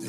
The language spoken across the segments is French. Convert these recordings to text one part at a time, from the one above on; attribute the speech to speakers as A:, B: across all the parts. A: des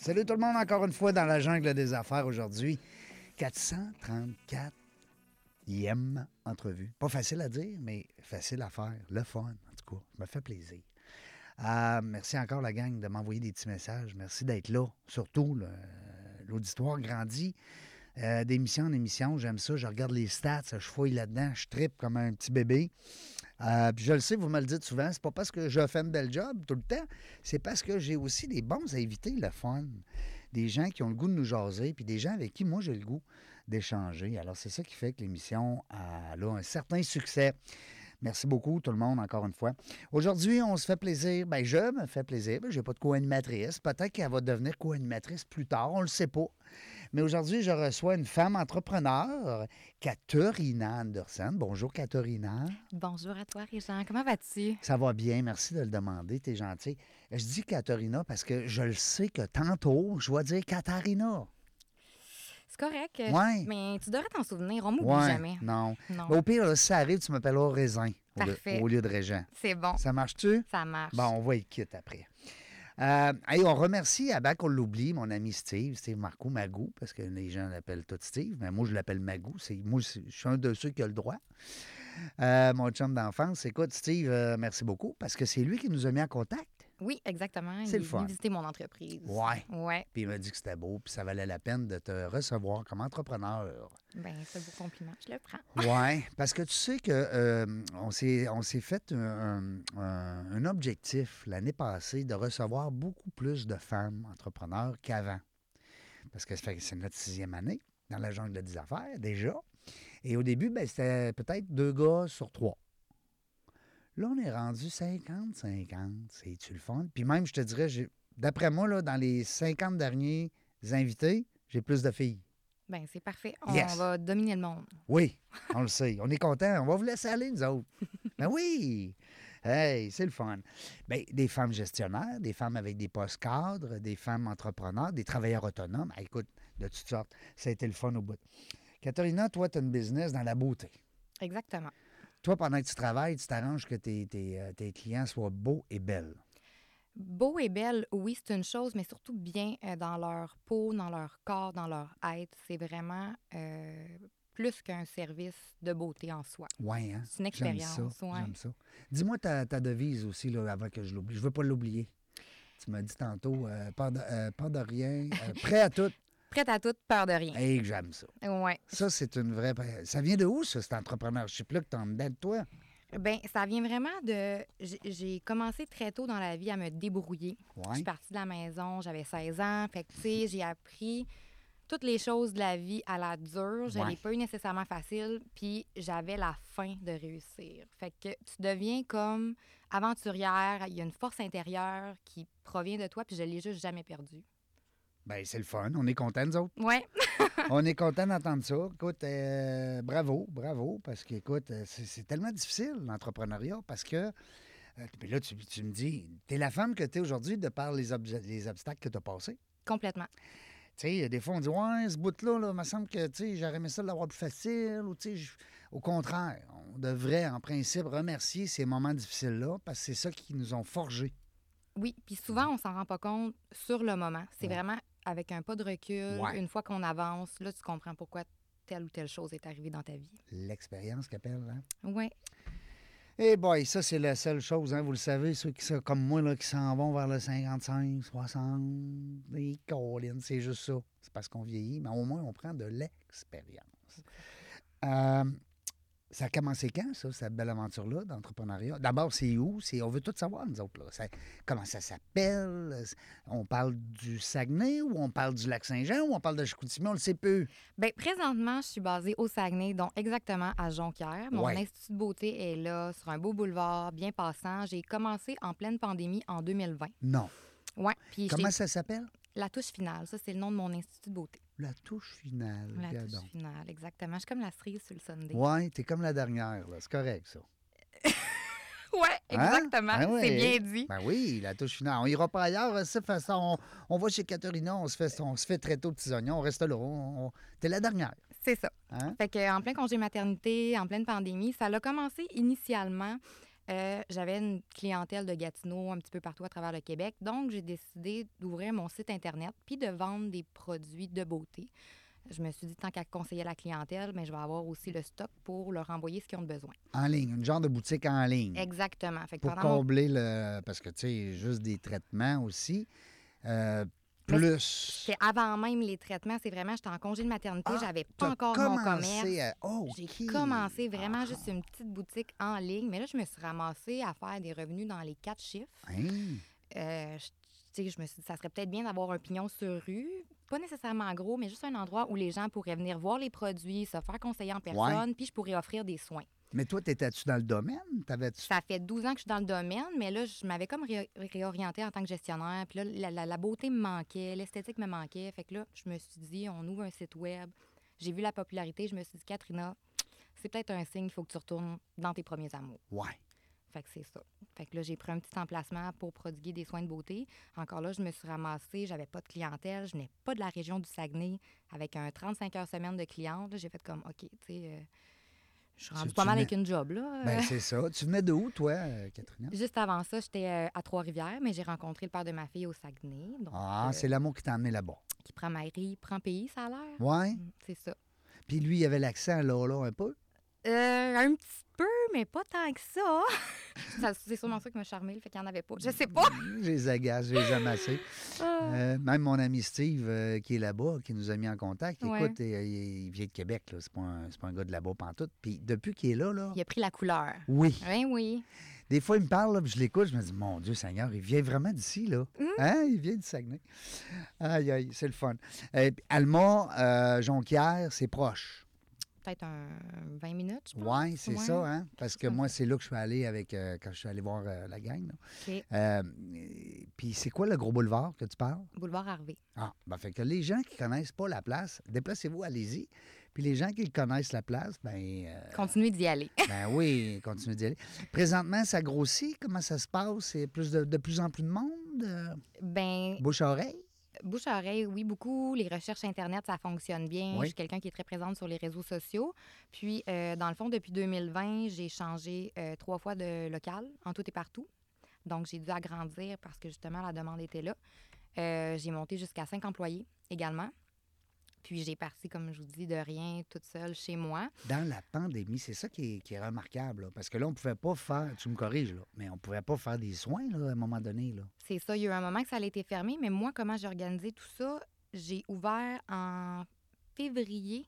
B: Salut tout le monde encore une fois dans la jungle des affaires aujourd'hui. 434 IM entrevue. e Pas facile à dire, mais facile à faire. Le fun, en tout cas. Ça me fait plaisir. Euh, merci encore, la gang, de m'envoyer des petits messages. Merci d'être là. Surtout, le- l'auditoire grandit. euh, d'émission en émission, j'aime ça. Je regarde les stats, je fouille là-dedans, je tripe comme un petit bébé. Euh, puis je le sais, vous me le dites souvent, c'est pas parce que je fais un bel job tout le temps, c'est parce que j'ai aussi des bons invités, le fun. Des gens qui ont le goût de nous jaser, puis des gens avec qui moi j'ai le goût d'échanger. Alors c'est ça qui fait que l'émission a là, un certain succès. Merci beaucoup tout le monde encore une fois. Aujourd'hui, on se fait plaisir. Ben, je me fais plaisir. Ben, j'ai pas de co-animatrice. Peut-être qu'elle va devenir co-animatrice plus tard, on le sait pas. Mais aujourd'hui, je reçois une femme entrepreneur, Katharina Anderson. Bonjour Katharina.
C: Bonjour à toi, Réjean. Comment vas-tu?
B: Ça va bien, merci de le demander, t'es gentil. Je dis Katharina parce que je le sais que tantôt, je vais dire Katharina.
C: C'est correct. euh,
B: Ouais.
C: Mais tu devrais t'en souvenir, on m'oublie
B: Ouais, Oh.
C: jamais.
B: Non.
C: Non.
B: Mais au pire, là, si ça arrive, tu m'appelleras Raisin au lieu-
C: Parfait.
B: au lieu de Régent.
C: C'est bon,
B: Ça marche-tu?
C: ça marche.
B: Bon, on va être quitte après. Euh, hey, on remercie, avant qu'on l'oublie, mon ami Steve, Steve Marco Magou, parce que les gens l'appellent tout Steve, mais moi, je l'appelle Magou. C'est, moi, c'est- je suis un de ceux qui a le droit. Euh, mon chum d'enfance, écoute, Steve, euh, merci beaucoup, parce que c'est lui qui nous a mis en contact.
C: Oui, exactement.
B: C'est
C: il
B: le
C: est
B: fun.
C: venu visiter mon entreprise.
B: Ouais.
C: Ouais.
B: Puis il m'a dit que c'était beau, puis ça valait la peine de te recevoir comme entrepreneur.
C: Ben, c'est un beau compliment, je le prends.
B: Oui, parce que tu sais que euh, on s'est on s'est fait un, un- un- un objectif l'année passée de recevoir beaucoup plus de femmes entrepreneurs qu'avant. Parce que ça fait- c'est notre sixième année dans la jungle des affaires déjà. Et au début, ben, c'était peut-être deux gars sur trois. Là, on est rendu 50-50. C'est-tu le fun? Puis même, je te dirais, j'ai- d'après moi, là, dans les 50 derniers invités, j'ai plus de filles.
C: Ben, c'est parfait. On
B: Yes.
C: va dominer le monde.
B: Oui, on le sait. On est content. On va vous laisser aller, nous autres. Ben oui! Hey, c'est le fun. Ben, des femmes gestionnaires, des femmes avec des postes cadres, des femmes entrepreneurs, des travailleurs autonomes. Ah, écoute, de toutes sortes, ça a été le fun au bout. Katharina, toi, tu as une business dans la beauté.
C: Exactement.
B: Toi, pendant que tu travailles, tu t'arranges que tes, tes, euh, tes clients soient beaux et belles.
C: Beau et belle, oui, c'est une chose, mais surtout bien euh, dans leur peau, dans leur corps, dans leur être. C'est vraiment euh, plus qu'un service de beauté en soi.
B: Ouais, hein?
C: C'est une
B: J'aime ça,
C: expérience, ouais.
B: J'aime ça. Dis-moi ta, ta devise aussi, là, avant que je l'oublie. Je veux pas l'oublier. Tu m'as dit tantôt, euh, peur, de, euh, peur de rien, euh, prêt à tout.
C: Prête à tout, peur de rien.
B: Hey, que j'aime ça.
C: Ouais.
B: Ça, c'est une vraie. Ça vient de où, ça, cet entrepreneurship-là que t'en dedans de toi?
C: Ben, ça vient vraiment de. j'ai- J'ai commencé très tôt dans la vie à me débrouiller.
B: Ouais.
C: Je suis partie de la maison, j'avais 16 ans. Fait que, tu sais, j'ai appris toutes les choses de la vie à la dure. Je
B: Ouais.
C: l'ai pas eu nécessairement facile, puis j'avais la faim de réussir. Fait que tu deviens comme aventurière. Il y a une force intérieure qui provient de toi, puis je l'ai juste jamais perdue.
B: Ben, c'est le fun. On est contents, nous autres.
C: Ouais.
B: On est contents d'entendre ça. Écoute, euh, bravo, bravo, parce que, écoute, euh, c'est c'est tellement difficile, l'entrepreneuriat, parce que. euh, puis là, tu, tu me dis, t'es la femme que t'es aujourd'hui de par les, obje- les obstacles que t'as passés.
C: Complètement.
B: Tu sais, des fois, on dit, ouais, ce bout-là, là, il me semble que, tu sais, j'aurais aimé ça de l'avoir plus facile, ou, tu sais, je- au contraire, on devrait, en principe, remercier ces moments difficiles-là, parce que c'est ça qui nous ont forgés.
C: Oui, puis souvent, on s'en rend pas compte sur le moment. C'est vraiment avec un pas de recul,
B: Ouais.
C: une fois qu'on avance, là, tu comprends pourquoi telle ou telle chose est arrivée dans ta vie.
B: L'expérience qu'appelle, hein?
C: Oui,
B: Eh boy, ça, c'est la seule chose, hein, vous le savez, ceux qui sont comme moi, là, qui s'en vont vers le 55, 60, les collines, c'est juste ça. C'est parce qu'on vieillit, mais au moins, on prend de l'expérience. Euh, Ça a commencé quand, ça, cette belle aventure-là d'entrepreneuriat? D'abord, c'est où? C'est... On veut tout savoir, nous autres. Là. Ça- Comment ça s'appelle? On parle du Saguenay ou on parle du Lac-Saint-Jean ou on parle de Chicoutimi? On le sait peu.
C: Bien, Ben, présentement, je suis basée au Saguenay, donc exactement à Jonquière. Mon
B: Ouais.
C: institut de beauté est là, sur un beau boulevard, bien passant. J'ai commencé en pleine pandémie en 2020.
B: Non.
C: Ouais, puis j'ai-
B: Comment ça s'appelle?
C: la touche finale, ça, c'est le nom de mon institut de beauté.
B: La touche finale.
C: La
B: regarde
C: touche
B: donc.
C: finale, exactement. Je suis comme la cerise sur le sundae.
B: Ouais, t'es comme la dernière, là. C'est correct, ça.
C: Ouais,
B: Hein?
C: exactement.
B: Ah ouais.
C: C'est bien dit.
B: Ben oui, la touche finale. On ira pas ailleurs, hein, de toute façon. On, on va chez Caterina, on se fait, on se fait très tôt petits oignons, on reste là. on- on- T'es la dernière.
C: C'est ça.
B: Hein?
C: Fait que, en plein congé maternité, en pleine pandémie, ça a commencé initialement. euh, J'avais une clientèle de Gatineau un petit peu partout à travers le Québec. Donc, j'ai décidé d'ouvrir mon site Internet puis de vendre des produits de beauté. Je me suis dit, tant qu'à conseiller la clientèle, mais je vais avoir aussi le stock pour leur envoyer ce qu'ils ont de besoin.
B: En ligne, une genre de boutique en ligne.
C: Exactement. Fait que
B: Mm. Pour
C: pendant mon-
B: combler le. Parce que, tu sais, juste des traitements aussi. euh,
C: Mais
B: plus.
C: c'est avant même les traitements, c'est vraiment, j'étais en congé de maternité,
B: Ah,
C: j'avais
B: T'as
C: pas encore mon commerce.
B: commencé à- Oh,
C: J'ai
B: OK.
C: commencé vraiment
B: Ah,
C: juste une petite boutique en ligne, mais là, je me suis ramassée à faire des revenus dans les quatre chiffres.
B: hein.
C: Euh, je, tu sais, je me suis dit, ça serait peut-être bien d'avoir un pignon sur rue, pas nécessairement gros, mais juste un endroit où les gens pourraient venir voir les produits, se faire conseiller en personne, puis je pourrais offrir des soins.
B: Mais toi, t'étais-tu dans le domaine? T'avais-tu.
C: Ça fait 12 ans que je suis dans le domaine, mais là, je m'avais comme ré- réorientée en tant que gestionnaire. Puis là, la, la- la beauté me manquait, l'esthétique me manquait. Fait que là, je me suis dit, on ouvre un site web. J'ai vu la popularité, je me suis dit, Katrina, c'est peut-être un signe, il faut que tu retournes dans tes premiers amours.
B: Ouais.
C: Fait que c'est ça. Fait que là, j'ai pris un petit emplacement pour prodiguer des soins de beauté. Encore là, je me suis ramassée, j'avais pas de clientèle, je n'ai pas de la région du Saguenay avec un 35 heures semaine de clientes. Là, J'ai fait comme, OK, tu sais, euh, je suis rendue
B: tu
C: pas mal
B: mets-
C: avec une job, là.
B: Ben,
C: Euh,
B: c'est ça. Tu venais de où, toi, euh, Catherine?
C: Juste avant ça, j'étais euh, à Trois-Rivières, mais j'ai rencontré le père de ma fille au Saguenay. Donc,
B: Ah,
C: euh,
B: c'est l'amour qui t'a emmené là-bas.
C: qui prend mairie, prend pays, ça a l'air.
B: Ouais.
C: Mm, C'est ça.
B: Puis lui, il avait l'accent là, là, un peu.
C: Euh, un petit peu, mais pas tant que ça. Ça, c'est sûrement ça qui m'a charmé, le fait qu'il n'y en avait pas. Je sais pas.
B: Je les agace, je les amassais. Euh, même mon ami Steve, euh, qui est là-bas, qui nous a mis en contact,
C: Ouais.
B: écoute, euh, il, il vient de Québec, là. C'est pas, un- c'est pas un gars de là-bas pantoute. Puis depuis qu'il est là, là.
C: Il a pris la couleur.
B: Oui.
C: Oui, oui.
B: Des fois, il me parle, là, puis je l'écoute, je me dis, mon Dieu Seigneur, il vient vraiment d'ici, là.
C: Hmm?
B: Hein? Il vient du Saguenay. Aïe, aïe, c'est le fun. Euh, puis Alma, euh, Jonquière, c'est proche.
C: Peut-être un 20 minutes, je pense.
B: Ouais, c'est
C: ouais.
B: ça, hein? Parce que
C: Ça me
B: moi, c'est là que je suis allé avec, euh, quand je suis allé voir euh, la gang, là.
C: OK.
B: Euh, et- puis c'est quoi le gros boulevard que tu parles?
C: Boulevard Harvey.
B: Ah, ben fait que les gens qui connaissent pas la place, déplacez-vous, allez-y. Puis les gens qui connaissent la place, ben, euh,
C: Continuez d'y aller.
B: ben oui, continuez d'y aller. Présentement, ça grossit. Comment ça se passe? C'est plus de, de plus en plus de monde? euh,
C: ben,
B: bouche à oreille?
C: bouche à oreille, oui, beaucoup. Les recherches Internet, ça fonctionne bien.
B: Oui.
C: Je suis quelqu'un qui est très présente sur les réseaux sociaux. Puis, euh, dans le fond, depuis 2020, j'ai changé euh, trois fois de local, en tout et partout. Donc, j'ai dû agrandir parce que justement, la demande était là. Euh, j'ai monté jusqu'à cinq employés également. Puis, j'ai parti, comme je vous dis, de rien, toute seule, chez moi.
B: Dans la pandémie, c'est ça qui est, qui est remarquable. là, parce que là, on pouvait pas faire, tu me corriges, là, mais on pouvait pas faire des soins là, à un moment donné. Là.
C: C'est ça, il y a eu un moment que ça a été fermé, mais moi, comment j'ai organisé tout ça, j'ai ouvert en février,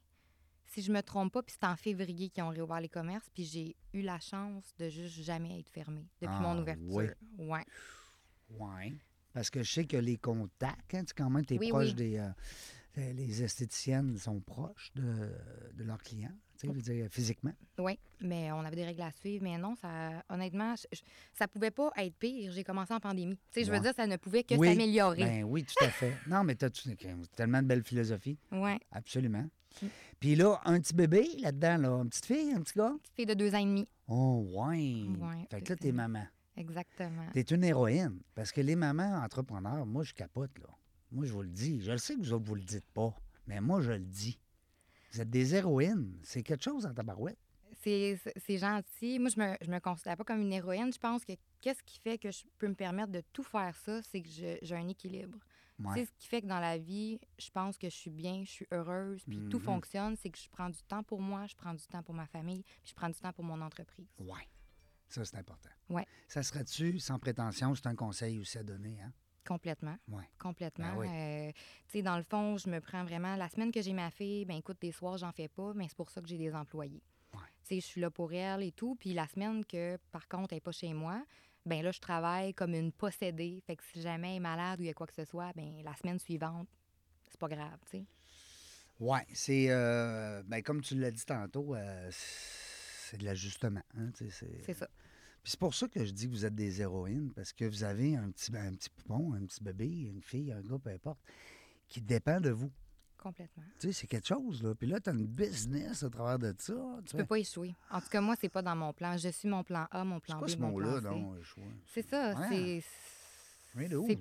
C: si je me trompe pas, puis c'est en février qu'ils ont réouvert les commerces, puis j'ai eu la chance de juste jamais être fermée depuis
B: Ah,
C: mon ouverture.
B: oui.
C: Ouais.
B: Ouais. Parce que je sais que les contacts, hein, tu quand même, t'es
C: Oui,
B: proche
C: oui.
B: des. euh, euh, les esthéticiennes sont proches de, de leurs clients, tu sais, je veux dire, physiquement.
C: Oui, mais on avait des règles à suivre, mais non, ça, honnêtement, je- je- ça pouvait pas être pire. J'ai commencé en pandémie. Tu sais, je veux
B: Ouais.
C: dire, ça ne pouvait que
B: Oui,
C: s'améliorer.
B: Ben oui, tout à fait. Non, mais t'as tu- tellement de belles philosophies.
C: Ouais,
B: Absolument.
C: Mm.
B: Puis là, un petit bébé là-dedans, là, une petite fille, un petit gars.
C: petite fille de deux ans et demi.
B: Oh, ouais.
C: Ouais,
B: fait que
C: c'est
B: là, t'es
C: ça.
B: maman.
C: Exactement.
B: T'es une héroïne. Parce que les mamans entrepreneurs, moi, je capote, là. Moi, je vous le dis. Je le sais que vous autres, vous le dites pas. Mais moi, je le dis. Vous êtes des héroïnes. C'est quelque chose en tabarouette.
C: C'est c'est- c'est gentil. Moi, je me, je me considère pas comme une héroïne. Je pense que qu'est-ce qui fait que je peux me permettre de tout faire ça, c'est que je- j'ai un équilibre.
B: Ouais.
C: C'est ce qui fait que dans la vie, je pense que je suis bien, je suis heureuse, puis tout
B: Mhm.
C: fonctionne. C'est que je prends du temps pour moi, je prends du temps pour ma famille, puis je prends du temps pour mon entreprise.
B: Ouais. Ça, c'est important.
C: Ouais.
B: Ça serait-tu, sans prétention, c'est un conseil aussi à donner, hein?
C: Complètement.
B: Ouais.
C: Complètement.
B: Ben oui.
C: Euh, tu sais, dans le fond, je me prends vraiment. La semaine que j'ai ma fille, ben écoute, des soirs, j'en fais pas, mais c'est pour ça que j'ai des employés.
B: Ouais.
C: Tu sais, je suis là pour elle et tout. Puis la semaine que, par contre, elle n'est pas chez moi, ben là, je travaille comme une possédée. Fait que si jamais elle est malade ou il y a quoi que ce soit, ben la semaine suivante, c'est pas grave, tu sais.
B: Oui, c'est. euh, ben, comme tu l'as dit tantôt, euh, c'est de l'ajustement. hein, tu sais, c'est-
C: C'est ça.
B: Puis c'est pour ça que je dis que vous êtes des héroïnes, parce que vous avez un petit, ben, un petit poupon, un petit bébé, une fille, un gars, peu importe, qui dépend de vous.
C: Complètement.
B: Tu sais, c'est quelque chose, là. Puis là, tu as une business à travers de ça.
C: Je peux pas échouer. En tout cas, moi, c'est pas dans mon plan. Je suis mon plan A, mon plan
B: C'est
C: B,
B: quoi ce
C: mon
B: mot-là, euh,
C: plan C.
B: non, échouer?
C: C'est ça,
B: Ouais.
C: c'est...
B: Rien de ouf.
C: c'est-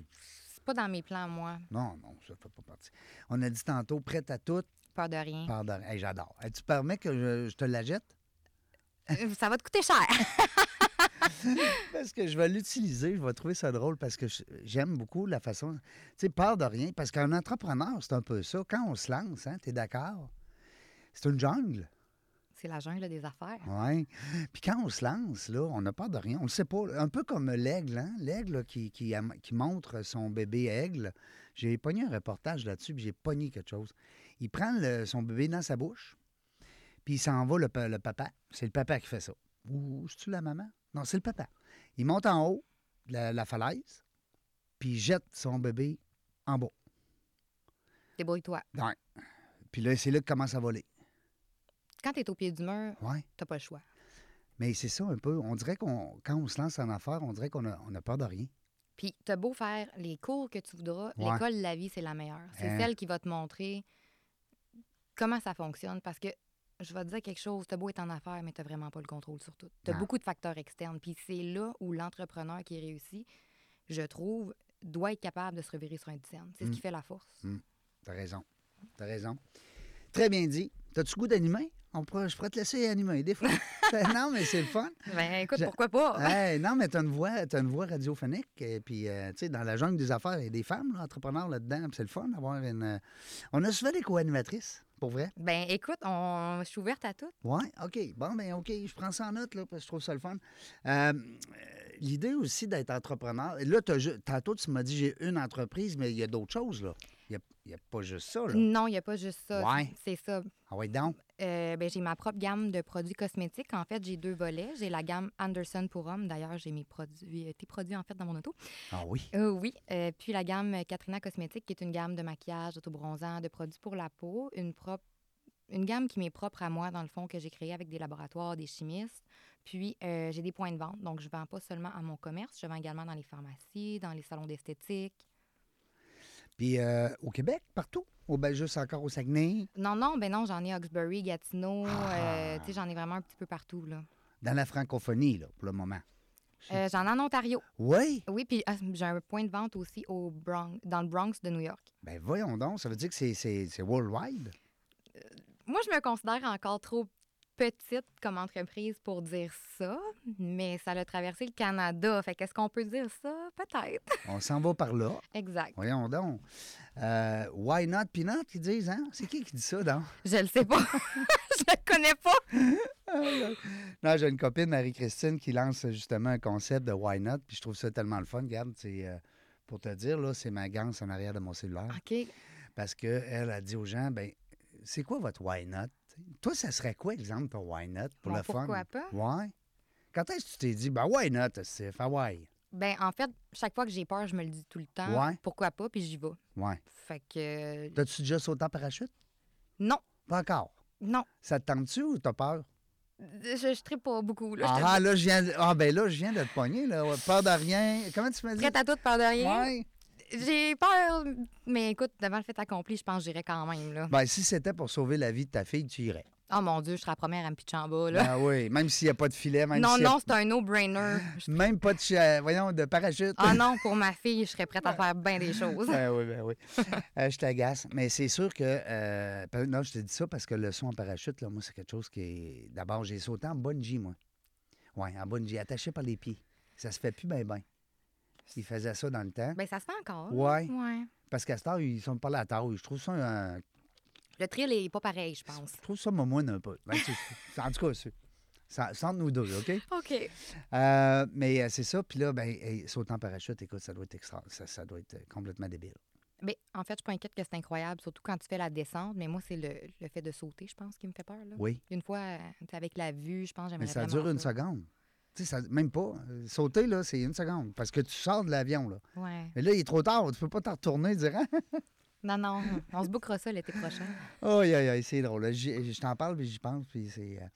C: C'est pas dans mes plans, moi.
B: Non, non, ça fait pas partie. On a dit tantôt, prête à tout,
C: Peur de rien.
B: pardon. Hey, j'adore. Hey, tu permets que je, je te la jette?
C: Euh, Ça va te coûter cher.
B: Parce que je vais l'utiliser, je vais trouver ça drôle parce que je- j'aime beaucoup la façon. Tu sais, peur de rien. Parce qu'un entrepreneur, c'est un peu ça. Quand on se lance, hein, t'es d'accord? C'est une jungle.
C: C'est la jungle des affaires.
B: Oui. Puis quand on se lance, là, on n'a peur de rien. On ne sait pas. Un peu comme l'aigle, hein? L'aigle là, qui, qui am- qui montre son bébé aigle. J'ai pogné un reportage là-dessus, puis j'ai pogné quelque chose. Il prend le- son bébé dans sa bouche, puis il s'en va le, pa- le papa. C'est le papa qui fait ça. Ou c'est-tu la maman? Non, c'est le papa. Il monte en haut de la, la falaise, puis il jette son bébé en bas.
C: Débrouille-toi.
B: Puis là, c'est là que commence à voler.
C: Quand t'es au pied du mur,
B: Ouais.
C: t'as pas le choix.
B: Mais c'est ça un peu. On dirait qu'on, quand on se lance en affaires, on dirait qu'on a, on a peur de rien.
C: Puis t'as beau faire les cours que tu voudras,
B: Ouais.
C: l'école de la vie, c'est la meilleure. C'est
B: Hein.
C: celle qui va te montrer comment ça fonctionne. Parce que je vais te dire quelque chose, t'as beau être en affaires, mais t'as vraiment pas le contrôle sur tout. T'as
B: Non.
C: beaucoup de facteurs externes. Puis c'est là où l'entrepreneur qui réussit, je trouve, doit être capable de se revirer sur un dizaine. C'est
B: Mm.
C: ce qui fait la force.
B: T'as raison. T'as raison. Très bien dit. T'as-tu goût d'animer? On pourrait- je pourrais te laisser animer des fois. non, mais c'est le fun.
C: Ben écoute,
B: Je- Hein?
C: pourquoi pas?
B: Hey, non, mais t'as une voix, t'as une voix radiophonique. Et puis, euh, tu sais, dans la jungle des affaires, il y a des femmes, là, entrepreneurs là-dedans. puis C'est le fun d'avoir une. euh, On a souvent des co-animatrices, pour vrai.
C: Ben écoute, on... je suis ouverte à tout.
B: Ouais, OK. Bon, ben OK, je prends ça en note, là, parce que je trouve ça le fun. Euh, euh, L'idée aussi d'être entrepreneur. Là, t'as ju- tantôt, tu m'as dit, j'ai une entreprise, mais il y a d'autres choses, là. Il n'y a, pas juste ça, là.
C: Non, il n'y a pas juste ça.
B: Ouais.
C: C'est ça.
B: Ah, ouais, donc.
C: Euh, ben, j'ai ma propre gamme de produits cosmétiques. En fait, j'ai deux volets. J'ai la gamme Anderson pour hommes. D'ailleurs, j'ai mes produits, euh, tes produits en fait dans mon auto.
B: Ah, oui.
C: Euh, oui. Euh, puis la gamme Katrina Cosmétique, qui est une gamme de maquillage, d'autobronzant, de produits pour la peau. Une, propre, une gamme qui m'est propre à moi, dans le fond, que j'ai créée avec des laboratoires, des chimistes. Puis euh, j'ai des points de vente. Donc, je vends pas seulement à mon commerce, je vends également dans les pharmacies, dans les salons d'esthétique.
B: Puis euh, au Québec, partout. Au ben, juste encore au Saguenay,
C: Non, non, ben non, j'en ai à Hawkesbury, Gatineau. euh,
B: Ah.
C: tu sais, j'en ai vraiment un petit peu partout, là.
B: dans la francophonie, là, pour le moment.
C: Euh, j'en ai en Ontario.
B: Oui.
C: Oui, puis ah, j'ai un point de vente aussi au Bronx, dans le Bronx de New York.
B: Ben voyons donc, ça veut dire que c'est- c'est c'est worldwide.
C: Moi, je me considère encore trop petite comme entreprise pour dire ça, mais ça l'a traversé le Canada. Fait qu'est-ce qu'on peut dire ça? Peut-être.
B: On s'en va par là.
C: Exact.
B: Voyons donc. Euh, why not peanut, ils disent, hein? C'est qui qui dit ça, donc?
C: Je le sais pas. je le connais pas.
B: Non, j'ai une copine, Marie-Christine, qui lance justement un concept de Why Not, puis je trouve ça tellement le fun. Regarde, c'est, euh, pour te dire, là, c'est ma ganse en arrière de mon cellulaire.
C: OK.
B: Parce qu'elle a dit aux gens, ben c'est quoi votre Why Not? T'sais, Toi, ça serait quoi, exemple, ton Why Not pour
C: Bon,
B: le fun?
C: pourquoi pas?
B: Ouais. Quand est-ce que tu t'es dit, ben Why Not, c'est Hawaii?
C: Ben, en fait, chaque fois que j'ai peur, je me le dis tout le temps.
B: Ouais.
C: Pourquoi pas? Puis j'y vais.
B: Ouais.
C: Fait que. euh,
B: T'as-tu déjà sauté en parachute?
C: Non,
B: Pas encore.
C: non.
B: Ça te tente-tu ou t'as peur?
C: Je ne pas beaucoup. Là.
B: Ah,
C: Je
B: ah, là, je viens de... ah, ben là, je viens de te pogner, là. Ouais, Peur de rien. Comment tu m'as
C: suis
B: dit?
C: prête à tout par derrière.
B: Ouais.
C: J'ai peur, mais écoute, devant le fait accompli, je pense que j'irai quand même. Là.
B: Ben, si c'était pour sauver la vie de ta fille, tu irais.
C: Oh mon Dieu, je serai la première à me pitcher en bas. Là.
B: Ah oui, même s'il n'y a pas de filet, même
C: non,
B: s'il y a-
C: non, c'est un no-brainer. Je-
B: Même pas de, cha- voyons, de parachute.
C: Ah non, pour ma fille, je serais prête à faire bien des choses.
B: Ben oui, ben oui. Euh, je t'agace. Mais c'est sûr que. euh, pa- non, je te dis ça parce que le saut en parachute, là, moi, c'est quelque chose qui est. D'abord, j'ai sauté en bungee, moi. Oui, en bungee, attaché par les pieds. Ça se fait plus ben ben. Ils faisaient ça dans le temps.
C: Ben, ça se fait encore.
B: Ouais.
C: Ouais.
B: Parce qu'à ce temps, ils sont pas la taille. Je trouve ça un-
C: Le thrill est pas pareil, je pense.
B: Je trouve ça momoine un peu. Ben, tu- c'est- en tout cas, c'est. ça- c'est entre nous deux, OK?
C: OK.
B: Euh, mais euh, c'est ça. Puis là, ben, hey, saut en parachute, écoute, ça doit être extra. Ça, ça doit être euh, complètement débile.
C: Bien, en fait, je suis pas inquiète que c'est incroyable, surtout quand tu fais la descente. Mais moi, c'est le, le fait de sauter, je pense, qui me fait peur. Là.
B: Oui.
C: Une fois, euh, tu sais, avec la vue, je pense, j'aimerais
B: Mais ça
C: Ah, vraiment
B: dure une
C: ça.
B: seconde. Tu sais, ça- même pas. Euh, Sauter, là, c'est une seconde. Parce que tu sors de l'avion, là.
C: Ouais.
B: Mais là, il est trop tard. Tu peux pas t'en retourner et dire Ah,
C: Non, non, on se bouquera ça l'été prochain.
B: aïe, aïe, aïe, c'est drôle. J'y- Je t'en parle, puis j'y pense. Puis c'est, euh,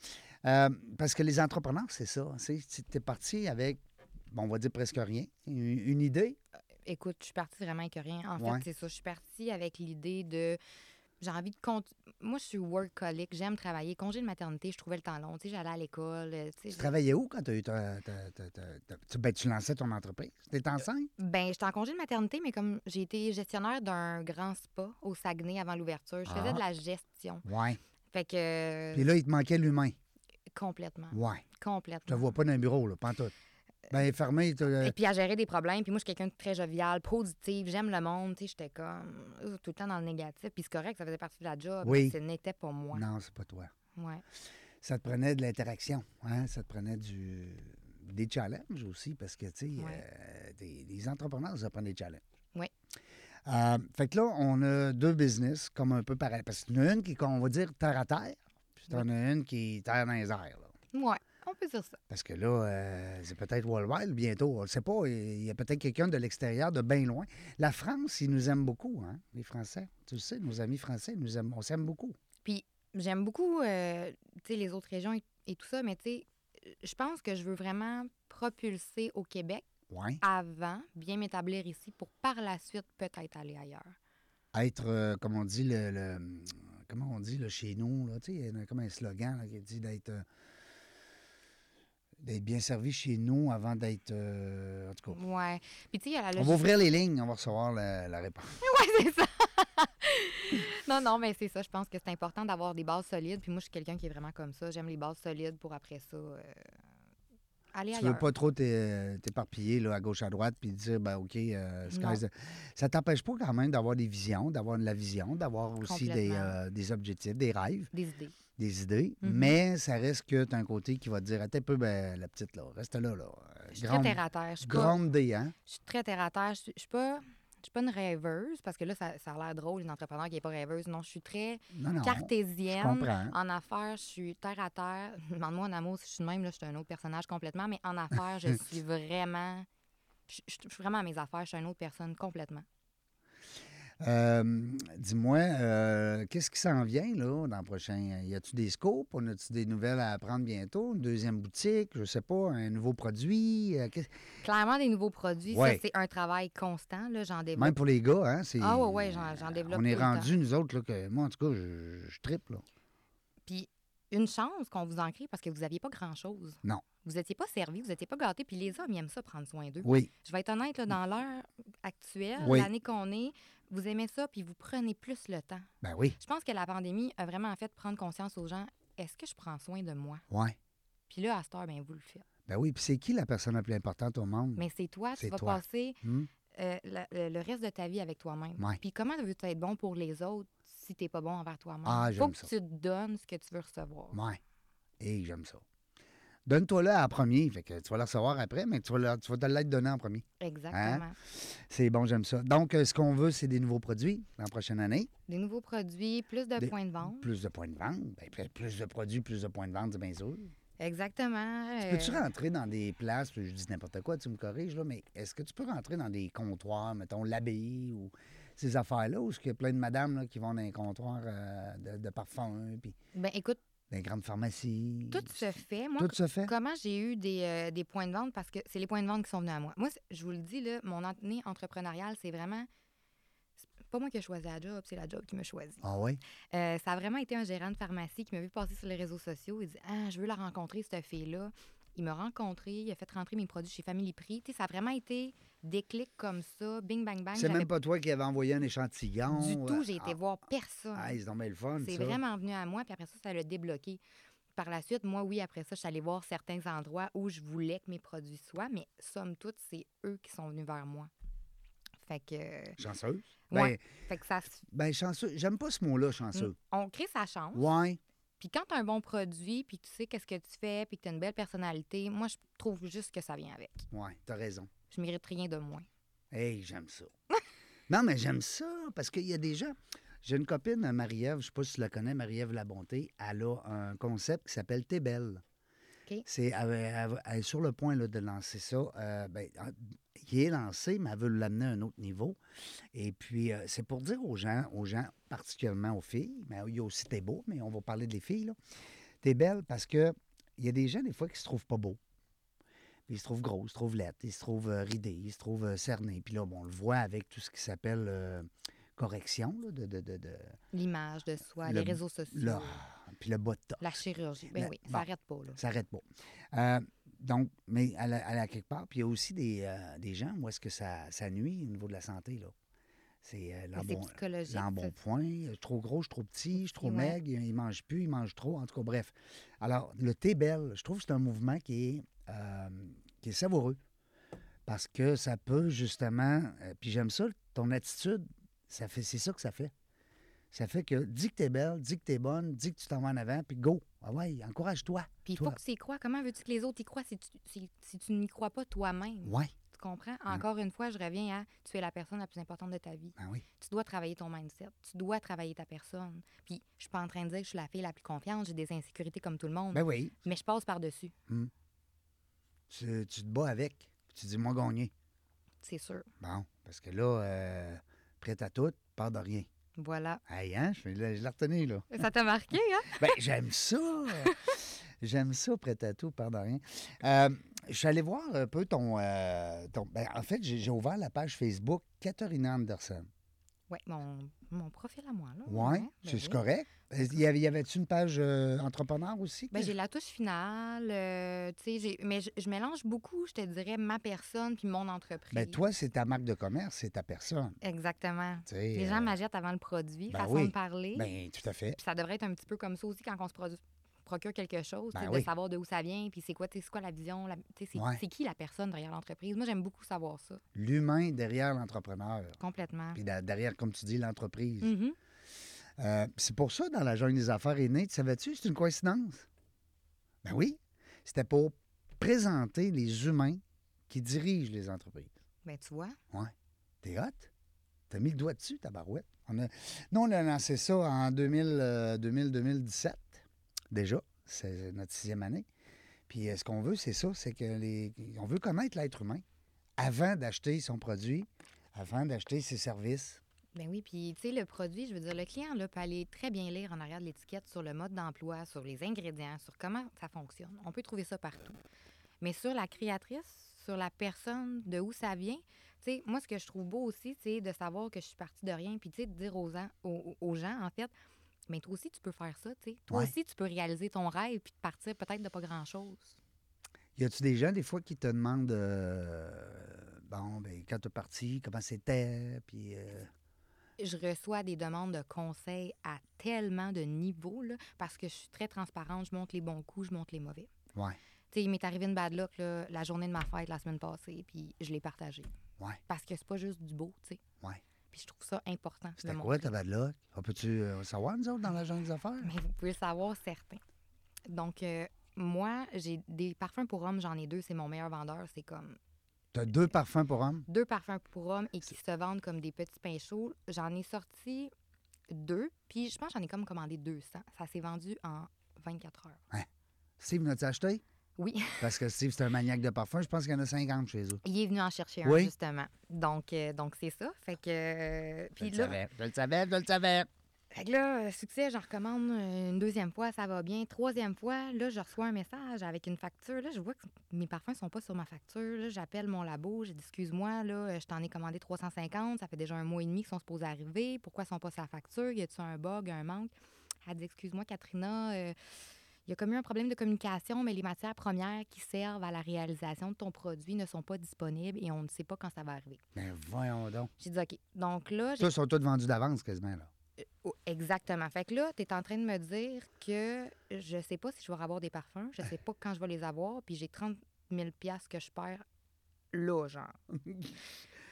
B: euh, parce que les entrepreneurs, c'est ça. Tu es parti avec, bon, on va dire presque rien, une, une idée.
C: Écoute, je suis partie vraiment avec rien. En
B: Ouais.
C: fait, c'est ça. Je suis partie avec l'idée de. J'ai envie de. conti- Moi, je suis workaholic. J'aime travailler. Congé de maternité, je trouvais le temps long. Tu sais, j'allais à l'école. euh, Tu sais,
B: Tu travaillais où quand tu as eu ta. ta- ta- ta- ta- tu- ben, tu lançais ton entreprise. Tu enceinte?
C: Ben, j'étais en congé de maternité, mais comme j'ai été gestionnaire d'un grand spa au Saguenay avant l'ouverture, je faisais
B: Ah.
C: de la gestion.
B: Ouais.
C: Fait que euh,
B: Puis là, il te manquait l'humain.
C: complètement,
B: Ouais. Je
C: complètement.
B: te vois pas dans un bureau, là, pantoute. Ben, fermé, t'as-
C: Et puis à gérer des problèmes, puis moi je suis quelqu'un de très jovial, positif, j'aime le monde, tu sais, j'étais comme euh, tout le temps dans le négatif, puis c'est correct, ça faisait partie de la job,
B: Oui.
C: mais ce n'était pas moi.
B: Non, c'est pas toi.
C: Ouais.
B: ça te prenait de l'interaction, hein? ça te prenait du, des challenges aussi, parce que, tu sais,
C: Ouais.
B: euh, des, les entrepreneurs, ça prend des challenges.
C: Oui.
B: Euh, fait que là, on a deux business comme un peu pareil. Parce qu'il y en a une qui est, on va dire, terre à terre, puis t'en as une qui est terre dans les airs. là.
C: Ouais, on peut dire ça.
B: Parce que là, euh, c'est peut-être worldwide bientôt, on ne sait pas. Il y a peut-être quelqu'un de l'extérieur, de bien loin. La France, ils nous aiment beaucoup, hein, les Français. Tu le sais, nos amis français, ils nous aiment, on s'aime beaucoup.
C: J'aime beaucoup euh, tu sais, les autres régions et, et tout ça, mais tu sais, je pense que je veux vraiment propulser au Québec
B: Ouais.
C: avant, bien m'établir ici pour par la suite peut-être aller ailleurs.
B: être, euh, comme on dit, le, le- comment on dit le chez nous, là, tu sais, il y a comme un slogan là, qui dit d'être euh, d'être bien servi chez nous avant d'être euh, en tout cas.
C: Ouais. Puis tu sais, il y a la
B: On va
C: logistique.
B: ouvrir les lignes, on va recevoir la, la réponse.
C: c'est ça. non, non, mais c'est ça. Je pense que c'est important d'avoir des bases solides. Puis moi, je suis quelqu'un qui est vraiment comme ça. J'aime les bases solides pour après ça euh, aller
B: Tu
C: ailleurs.
B: veux pas trop t'é- t'éparpiller là, à gauche, à droite, puis dire, ben OK, euh, sky's the- ça t'empêche pas quand même d'avoir des visions, d'avoir de la vision, d'avoir aussi des,
C: Complètement.
B: euh, des objectifs, des rêves,
C: Des idées.
B: des idées,
C: Mhm.
B: mais ça reste que tu as un côté qui va te dire, attends un peu, ben, la petite, là, reste là, là. Euh,
C: Je suis
B: grande-
C: très terre à terre. Je suis pas-
B: Grande D, hein?
C: je suis très terre à terre. Je suis je suis pas. Je suis pas une rêveuse parce que là, ça, ça a l'air drôle, une entrepreneur qui n'est pas rêveuse. Non, je suis très
B: Non, non. Je
C: cartésienne.
B: comprends.
C: En affaires, je suis terre à terre. Demande-moi en amour si je suis de même, là, je suis un autre personnage complètement, mais en affaires, je suis vraiment. Je, je- je suis vraiment à mes affaires, je suis une autre personne complètement.
B: Euh, Dis-moi, euh, qu'est-ce qui s'en vient là, dans le prochain? Y a-tu des scopes? On a-tu des nouvelles à apprendre bientôt? Une deuxième boutique? Je sais pas, un nouveau produit? euh, qu'est-
C: Clairement, des nouveaux produits,
B: Ouais.
C: ça, c'est un travail constant, là, j'en développe.
B: Même pour les gars, hein? c'est-
C: Eh ben, Ah ouais, ouais, j'en- j'en développe
B: On est
C: tout le temps.
B: rendu, nous autres, là, que moi, en tout cas, je, je tripe, là.
C: Puis une chance qu'on vous en crée parce que vous n'aviez pas grand-chose.
B: Non.
C: Vous n'étiez pas servi, vous n'étiez pas gâté, puis les hommes ils aiment ça prendre soin d'eux.
B: Oui,
C: Je vais être honnête, là, dans l'heure actuelle,
B: Mm. Oui.
C: l'année qu'on est, vous aimez ça, puis vous prenez plus le temps.
B: ben oui,
C: Je pense que la pandémie a vraiment fait prendre conscience aux gens est-ce que je prends soin de moi
B: ouais.
C: Puis là, à cette heure, ben, vous le faites.
B: Ben oui, puis c'est qui la personne la plus importante au monde?
C: Mais c'est toi,
B: Mmh. C'est
C: tu vas
B: toi.
C: passer
B: Hmm?
C: euh, la- le, le reste de ta vie avec toi-même.
B: Ouais.
C: Puis comment veux-tu être bon pour les autres si t'es pas bon envers toi-même?
B: Ah,
C: Faut
B: j'aime
C: que
B: ça.
C: tu te donnes ce que tu veux recevoir.
B: Ouais. Et j'aime ça. Donne-toi là en premier, fait que tu vas le recevoir après, mais tu vas, le- tu vas te l'être donné en premier.
C: Exactement.
B: C'est bon, j'aime ça. Donc, euh, ce qu'on veut, c'est des nouveaux produits dans la prochaine année.
C: Des nouveaux produits, plus de
B: Des-
C: points de vente.
B: Plus de points de vente. Ben, plus- plus de produits, plus de points de vente, c'est bien sûr.
C: Exactement. euh,
B: Peux-tu rentrer dans des places, je dis n'importe quoi, tu me corriges, là, mais est-ce que tu peux rentrer dans des comptoirs, mettons l'abbaye ou ces affaires-là, où est-ce qu'il y a plein de madames là, qui vont dans des comptoirs euh, de, de parfums, puis
C: ben, écoute,
B: dans les grandes pharmacies?
C: tout se fait. Moi,
B: Tout se fait?
C: Comment j'ai eu des, euh, des points de vente? Parce que c'est les points de vente qui sont venus à moi. Moi, c'est- je vous le dis, là, mon année entrepreneuriale, c'est vraiment. c'est pas moi qui ai choisi la job, c'est la job qui m'a choisi.
B: Ah oui?
C: Euh, ça a vraiment été un gérant de pharmacie qui m'a vu passer sur les réseaux sociaux. Il dit Ah, je veux la rencontrer, cette fille-là. Il m'a rencontré, il a fait rentrer mes produits chez Family Prix. Tu sais, ça a vraiment été des clics comme ça, bing, bang, bang.
B: C'est
C: Hein, J'avais
B: même pas toi qui avais envoyé un échantillon.
C: du tout, j'ai
B: euh,
C: été
B: ah,
C: voir personne.
B: Ah, ils ont bien le fun,
C: C'est
B: ça.
C: vraiment venu à moi, puis après ça, ça l'a débloqué. Par la suite, moi, oui, après ça, je suis allée voir certains endroits où je voulais que mes produits soient, mais somme toute, c'est eux qui sont venus vers moi. Fait que,
B: Chanceuse? Ben,
C: ouais, Hum. fait que ça, se-
B: ben, chanceux. J'aime pas ce mot-là, chanceux.
C: on crée sa chance.
B: Ouais.
C: Puis quand tu as un bon produit, puis tu sais qu'est-ce que tu fais, puis que tu as une belle personnalité, moi, je trouve juste que ça vient avec.
B: Ouais, t'as raison.
C: Je mérite rien de moins.
B: Hey, j'aime ça. Non, mais j'aime ça, parce qu'il y a des gens. J'ai une copine, Marie-Ève, je ne sais pas si tu la connais, Marie-Ève Labonté, elle a un concept qui s'appelle T'es belle.
C: OK.
B: C'est, elle, elle- elle est sur le point là, de lancer ça. Euh, ben, il est lancé, mais elle veut l'amener à un autre niveau. Et puis, euh, c'est pour dire aux gens, aux gens, particulièrement aux filles, mais il y a aussi T'es beau, mais on va parler des filles. là. T'es belle parce que il y a des gens, des fois, qui se trouvent pas beaux. Ils se trouvent gros, ils se trouvent lettres, ils se trouvent euh, ridés, ils se trouvent euh, cernés. Puis là, bon, on le voit avec tout ce qui s'appelle euh, correction, là, de, de- de- de-
C: L'image de soi,
B: Le-
C: les réseaux sociaux,
B: là, puis le botox.
C: la chirurgie. Ben
B: Mais
C: oui,
B: bon.
C: ça n'arrête pas. Là.
B: Ça n'arrête pas. Euh, donc, mais elle a, elle a quelque part. Puis il y a aussi des, euh, des gens où est-ce que ça, ça nuit au niveau de la santé, là. C'est euh,
C: Mais C'est
B: l'embon-
C: psychologique. ça.
B: l'embonpoint, je suis Euh, trop gros, je suis trop petit, je suis trop
C: Ouais.
B: maigre, il il mange plus, il mange trop, en tout cas, bref. Alors, le thé belle, je trouve que c'est un mouvement qui est, euh, qui est savoureux. Parce que ça peut justement. euh, puis j'aime ça, ton attitude, ça fait, c'est ça que ça fait. Ça fait que dis que t'es belle, dis que t'es bonne, dis que tu t'en vas en avant, puis go. Ah ouais, encourage-toi.
C: Puis il faut
B: Toi.
C: que tu y crois. Comment veux-tu que les autres y croient si tu, si, si tu n'y crois pas toi-même?
B: Ouais,
C: Tu comprends? Encore une fois, je reviens à tu es la personne la plus importante de ta vie.
B: ben oui.
C: Tu dois travailler ton mindset. Tu dois travailler ta personne. Puis je suis pas en train de dire que je suis la fille la plus confiante, j'ai des insécurités comme tout le monde,
B: Ben oui.
C: mais je passe par-dessus,
B: Tu, tu te bats avec, puis tu dis, moi, gagner.
C: c'est sûr.
B: Bon, parce que là, euh, prête à tout, peur de rien.
C: Voilà.
B: Hey, hein, je, l'ai- je l'ai retenu, là.
C: Ça t'a marqué, hein?
B: Ben, j'aime ça. j'aime ça, prêt à tout, pardon rien. Euh, je suis allé voir un peu ton. euh, ton- ben, en fait, j'ai j'ai ouvert la page Facebook Katharina Anderson.
C: Oui, mon, mon profil à moi, là.
B: Ouais,
C: hein, ben
B: c'est
C: oui.
B: correct. Euh, Y avait- y avait-tu une page euh, entrepreneur aussi?
C: Ben, j'ai la touche finale, euh, tu sais, j'ai- mais je, je mélange beaucoup, je te dirais, ma personne puis mon entreprise.
B: Ben, toi, c'est ta marque de commerce, c'est ta personne.
C: Exactement.
B: tu sais,
C: Les gens
B: euh,
C: m'achètent avant le produit,
B: ben
C: façon
B: oui.
C: de parler.
B: ben, tout à fait.
C: Puis ça devrait être un petit peu comme ça aussi quand on se produ- procure quelque chose, tu
B: Ben
C: sais,
B: oui.
C: de savoir de où ça vient, puis c'est quoi, tu sais, c'est quoi la vision, la- tu sais, c'est
B: Ouais.
C: c'est qui la personne derrière l'entreprise. Moi, j'aime beaucoup savoir ça,
B: L'humain derrière l'entrepreneur.
C: complètement.
B: Puis da- derrière, comme tu dis, l'entreprise.
C: Mhm.
B: Euh, c'est pour ça, dans la jungle des affaires est née, tu savais-tu, c'est une coïncidence? Ben oui, c'était pour présenter les humains qui dirigent les entreprises.
C: Ben, tu vois,
B: T'es hot? T'as mis le doigt dessus, ta barouette. On a... Nous, on a lancé ça en 2000, euh, 2000, 2017, déjà. C'est notre sixième année. Puis euh, ce qu'on veut, c'est ça, c'est que les... on veut connaître l'être humain avant d'acheter son produit, avant d'acheter ses services.
C: ben oui, puis tu sais, le produit, je veux dire, le client là, peut aller très bien lire en arrière de l'étiquette sur le mode d'emploi, sur les ingrédients, sur comment ça fonctionne. On peut trouver ça partout. Mais sur la créatrice, sur la personne, de où ça vient, tu sais, moi, ce que je trouve beau aussi, c'est de savoir que je suis partie de rien, puis tu sais, de dire aux, gens- aux, aux gens, en fait, mais toi aussi, tu peux faire ça, tu sais. Toi
B: Ouais.
C: aussi, tu peux réaliser ton rêve, puis de partir peut-être de pas grand-chose.
B: Y a-tu des gens, des fois, qui te demandent euh, Bon, ben, quand t'es parti, comment c'était Puis. euh,
C: je reçois des demandes de conseils à tellement de niveaux, là, parce que je suis très transparente, je montre les bons coups, je montre les mauvais.
B: Ouais.
C: Tu sais, il m'est arrivé une bad luck là, la journée de ma fête la semaine passée, puis je l'ai partagée.
B: Ouais.
C: Parce que c'est pas juste du beau, tu sais.
B: Ouais.
C: Puis je trouve ça important. de
B: C'était
C: montrer.
B: quoi, ta bad luck? On peut-tu euh, savoir, nous autres, dans la jungle des affaires?
C: Mais vous pouvez le savoir certain. Donc, euh, moi, j'ai des parfums pour hommes, j'en ai deux, c'est mon meilleur vendeur, c'est comme
B: T'as deux parfums pour hommes?
C: deux parfums pour hommes et qui se vendent comme des petits pains chauds. J'en ai sorti deux, puis je pense que j'en ai comme commandé 200. Ça s'est vendu en 24 heures.
B: Steve, n'as-tu acheté?
C: Oui,
B: Parce que Steve, c'est un maniaque de parfums. Je pense qu'il y en a 50 chez eux.
C: il est venu en chercher un,
B: Oui.
C: justement. Donc, euh, donc c'est ça. Fait que, euh, puis
B: je
C: là,
B: le savais, je le savais, je le savais.
C: fait que là, euh, succès, j'en recommande euh, une deuxième fois, ça va bien. Troisième fois, là, je reçois un message avec une facture. Là, je vois que mes parfums sont pas sur ma facture. Là, j'appelle mon labo, je dis, excuse-moi, là, euh, je t'en ai commandé 350, ça fait déjà un mois et demi qu'ils sont supposés arriver. Pourquoi ils sont pas sur la facture? Y a-tu un bug, un manque? Elle dit, excuse-moi, Katrina, euh, il y a comme eu un problème de communication, mais les matières premières qui servent à la réalisation de ton produit ne sont pas disponibles et on ne sait pas quand ça va arriver.
B: Mais Ben, voyons donc.
C: J'ai dit, OK. Donc là, j'ai
B: Ça, ils sont tous vendus d'avance, quasiment, là.
C: Oh, exactement. Fait que là, tu es en train de me dire que je sais pas si je vais avoir des parfums, je sais pas quand je vais les avoir, puis j'ai 30 000 piastres que je perds là, genre.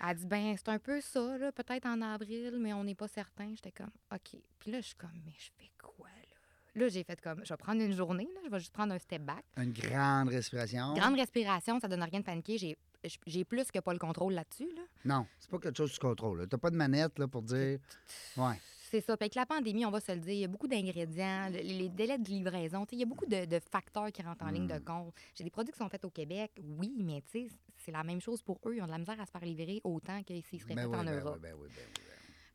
C: Elle dit, ben, c'est un peu ça, là, peut-être en avril, mais on n'est pas certain. J'étais comme, OK. Puis là, je suis comme, mais je fais quoi, là? Là, j'ai fait comme, je vais prendre une journée, là, je vais juste prendre un step back.
B: Une grande respiration.
C: Grande respiration, ça donne rien de paniquer. J'ai je- j'ai plus que pas le contrôle là-dessus. Là.
B: Non, c'est pas quelque chose que tu contrôles. là. T'as pas de manette là, pour dire. Ouais.
C: C'est ça. Fait que la pandémie, on va se le dire, il y a beaucoup d'ingrédients, le- les délais de livraison, tu sais, il y a beaucoup de, de facteurs qui rentrent en ligne
B: Mm.
C: de compte. J'ai des produits qui sont faits au Québec, oui, mais tu sais, c'est la même chose pour eux. Ils ont de la misère à se faire livrer autant que s'ils seraient
B: Ben
C: faits
B: oui,
C: en
B: ben
C: Europe.
B: oui, ben oui, ben oui, ben oui.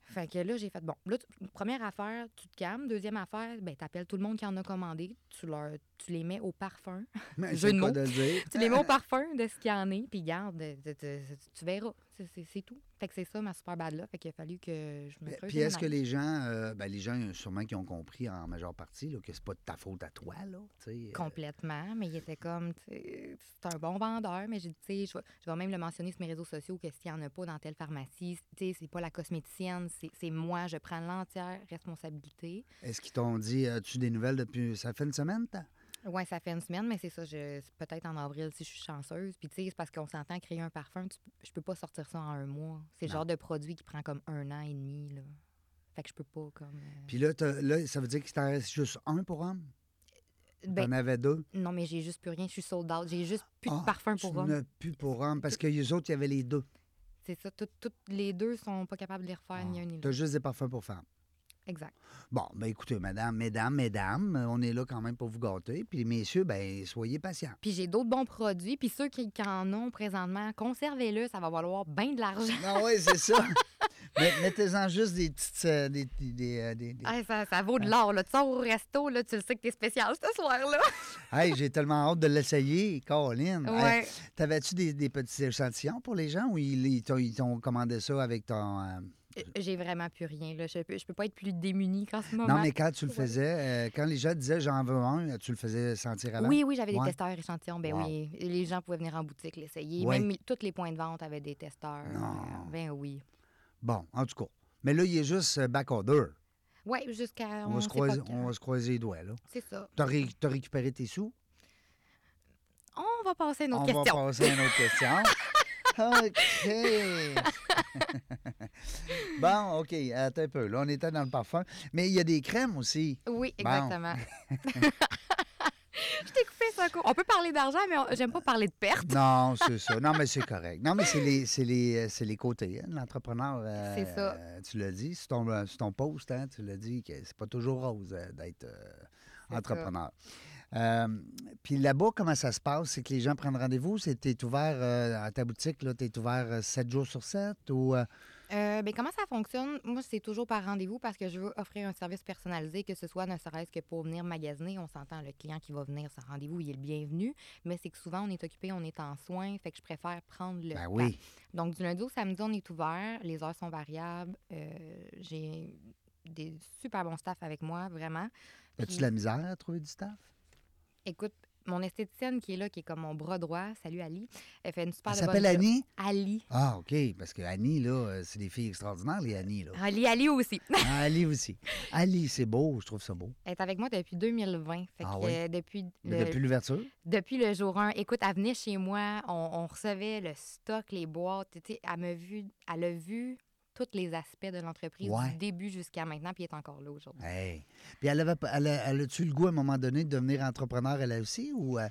C: Fait que là, j'ai fait, bon, là, tu- première affaire, tu te calmes. Deuxième affaire, ben, t'appelles tout le monde qui en a commandé, tu, leur, tu les mets au parfum.
B: Mais
C: Jeu
B: c'est
C: de
B: quoi
C: mots.
B: de le dire?
C: tu les mets au parfum de ce qu'il y en est, puis garde, tu, tu- tu verras. C'est- C'est c'est tout. Fait que c'est ça, ma super bad là. Fait qu'il a fallu que je me
B: Mais-
C: creuse
B: Ben, Puis
C: une
B: est-ce que
C: oreille.
B: les gens, euh, ben, les gens euh, sûrement qui ont compris en majeure partie là, que c'est pas de ta faute à toi, là, tu sais, euh,
C: Complètement, mais il était comme, tu sais, c'est un bon vendeur, mais j'ai dit, tu sais, je vais- je vais même le mentionner sur mes réseaux sociaux que s'il n'y en a pas dans telle pharmacie, tu sais, c'est pas la cosméticienne, c'est c'est moi, je prends l'entière responsabilité.
B: Est-ce qu'ils t'ont dit, euh, as-tu des nouvelles depuis, ça fait une semaine, t'as?
C: Ouais, ça fait une semaine, mais c'est ça, je- c'est peut-être en avril si je suis chanceuse. Puis, tu sais, c'est parce qu'on s'entend créer un parfum, tu- je peux pas sortir ça en un mois. C'est le
B: Non.
C: genre de produit qui prend comme un an et demi, là. Fait que je peux pas, comme. euh,
B: Puis là, t'as- là, ça veut dire qu'il t'en reste juste un pour homme?
C: ben,
B: T'en avais deux?
C: non, mais j'ai juste plus rien, je suis sold out. J'ai juste plus
B: Ah,
C: de parfum
B: tu
C: pour homme.
B: n'as plus pour homme, parce que les autres, il y avait les deux.
C: C'est ça, tout- toutes les deux sont pas capables de les refaire, ni un ni
B: T'as
C: l'autre.
B: juste des parfums pour femmes.
C: Exact.
B: Bon, ben écoutez, madame, mesdames, mesdames, euh, on est là quand même pour vous gâter. Puis messieurs, ben soyez patients.
C: Puis j'ai d'autres bons produits, puis ceux qui, qui en ont présentement, conservez-le, ça va valoir bien de l'argent.
B: Ah oui, c'est ça. Mais mettez-en juste des petites... euh, des, des- des, euh, des- des-
C: Ah, ça, ça vaut de l'or, là. Tu sors au resto, là, tu le sais que t'es spécial ce soir-là.
B: Hey, j'ai tellement hâte de l'essayer, Caroline. Hey,
C: Ouais.
B: T'avais-tu des, des petits échantillons pour les gens ou ils ils t'ont- ils t'ont commandé ça avec ton... euh,
C: J'ai vraiment plus rien, là. Je peux, je peux pas être plus démunie qu'en ce moment.
B: Non, mais quand tu le
C: Ouais.
B: faisais, euh, quand les gens disaient j'en veux un, tu le faisais sentir avant?
C: Oui, oui, j'avais
B: Ouais.
C: des testeurs échantillons. Ben
B: Wow.
C: oui, les gens pouvaient venir en boutique l'essayer.
B: Ouais.
C: Même mi- tous les points de vente avaient des testeurs.
B: Non.
C: Ben oui.
B: Bon, en tout cas. Mais là, il est juste euh, back order.
C: Ouais, jusqu'à.
B: On, va se
C: sait pas
B: croiser,
C: quand.
B: on va se croiser les doigts, là.
C: C'est ça.
B: T'as ré- t'as récupéré tes sous?
C: On va passer à une autre
B: on
C: question.
B: va passer à une autre question. OK. bon, OK. Attends un peu. Là, on était dans le parfum. Mais il y a des crèmes aussi.
C: Oui,
B: Bon.
C: exactement. je t'ai coupé ça court. On peut parler d'argent, mais on- j'aime pas parler de perte.
B: Non, c'est ça. Non, mais c'est correct. Non, mais c'est les, c'est les, euh, c'est les côtés. hein, de L'entrepreneur, euh,
C: C'est ça.
B: euh, tu l'as dit, sur ton, euh, sur ton post, hein, tu l'as dit que c'est pas toujours rose euh, d'être euh,
C: ça.
B: entrepreneur. Euh, Puis là-bas, comment ça se passe? C'est que les gens prennent rendez-vous? C'est t'es ouvert euh, à ta boutique, là, t'es ouvert euh, 7 jours sur 7? Ou, euh,
C: Euh, ben, comment ça fonctionne? Moi, c'est toujours par rendez-vous parce que je veux offrir un service personnalisé, que ce soit ne serait-ce que pour venir magasiner. On s'entend, le client qui va venir, sans rendez-vous, il est le bienvenu. Mais c'est que souvent, on est occupé, on est en soins, fait que je préfère prendre le
B: ben
C: temps.
B: oui.
C: Donc, du lundi au samedi, on est ouvert. Les heures sont variables. Euh, J'ai des super bons staffs avec moi, vraiment.
B: As-tu
C: Puis-
B: de la misère à trouver du staff?
C: Écoute, mon esthéticienne qui est là, qui est comme mon bras droit, salut Ali, elle fait une super
B: Elle
C: de bonne
B: s'appelle
C: job.
B: Annie?
C: Ali.
B: Ah, OK. Parce que Annie, là, euh, c'est des filles extraordinaires, les Annie, là.
C: Ali, Ali aussi.
B: Ah, Ali aussi. Ali, c'est beau. Je trouve ça beau.
C: Elle est avec moi depuis 2020. Fait
B: Ah
C: que,
B: ouais?
C: euh, depuis, le,
B: Mais Depuis l'ouverture?
C: depuis le jour 1, écoute, elle venait chez moi, on, on recevait le stock, les boîtes. tu sais, Elle, m'a vu, elle a vu tous les aspects de l'entreprise
B: Ouais.
C: du début jusqu'à maintenant, puis elle est encore là aujourd'hui.
B: Hey. Puis elle avait, elle, a- elle a-tu le goût à un moment donné de devenir entrepreneur elle aussi ou euh,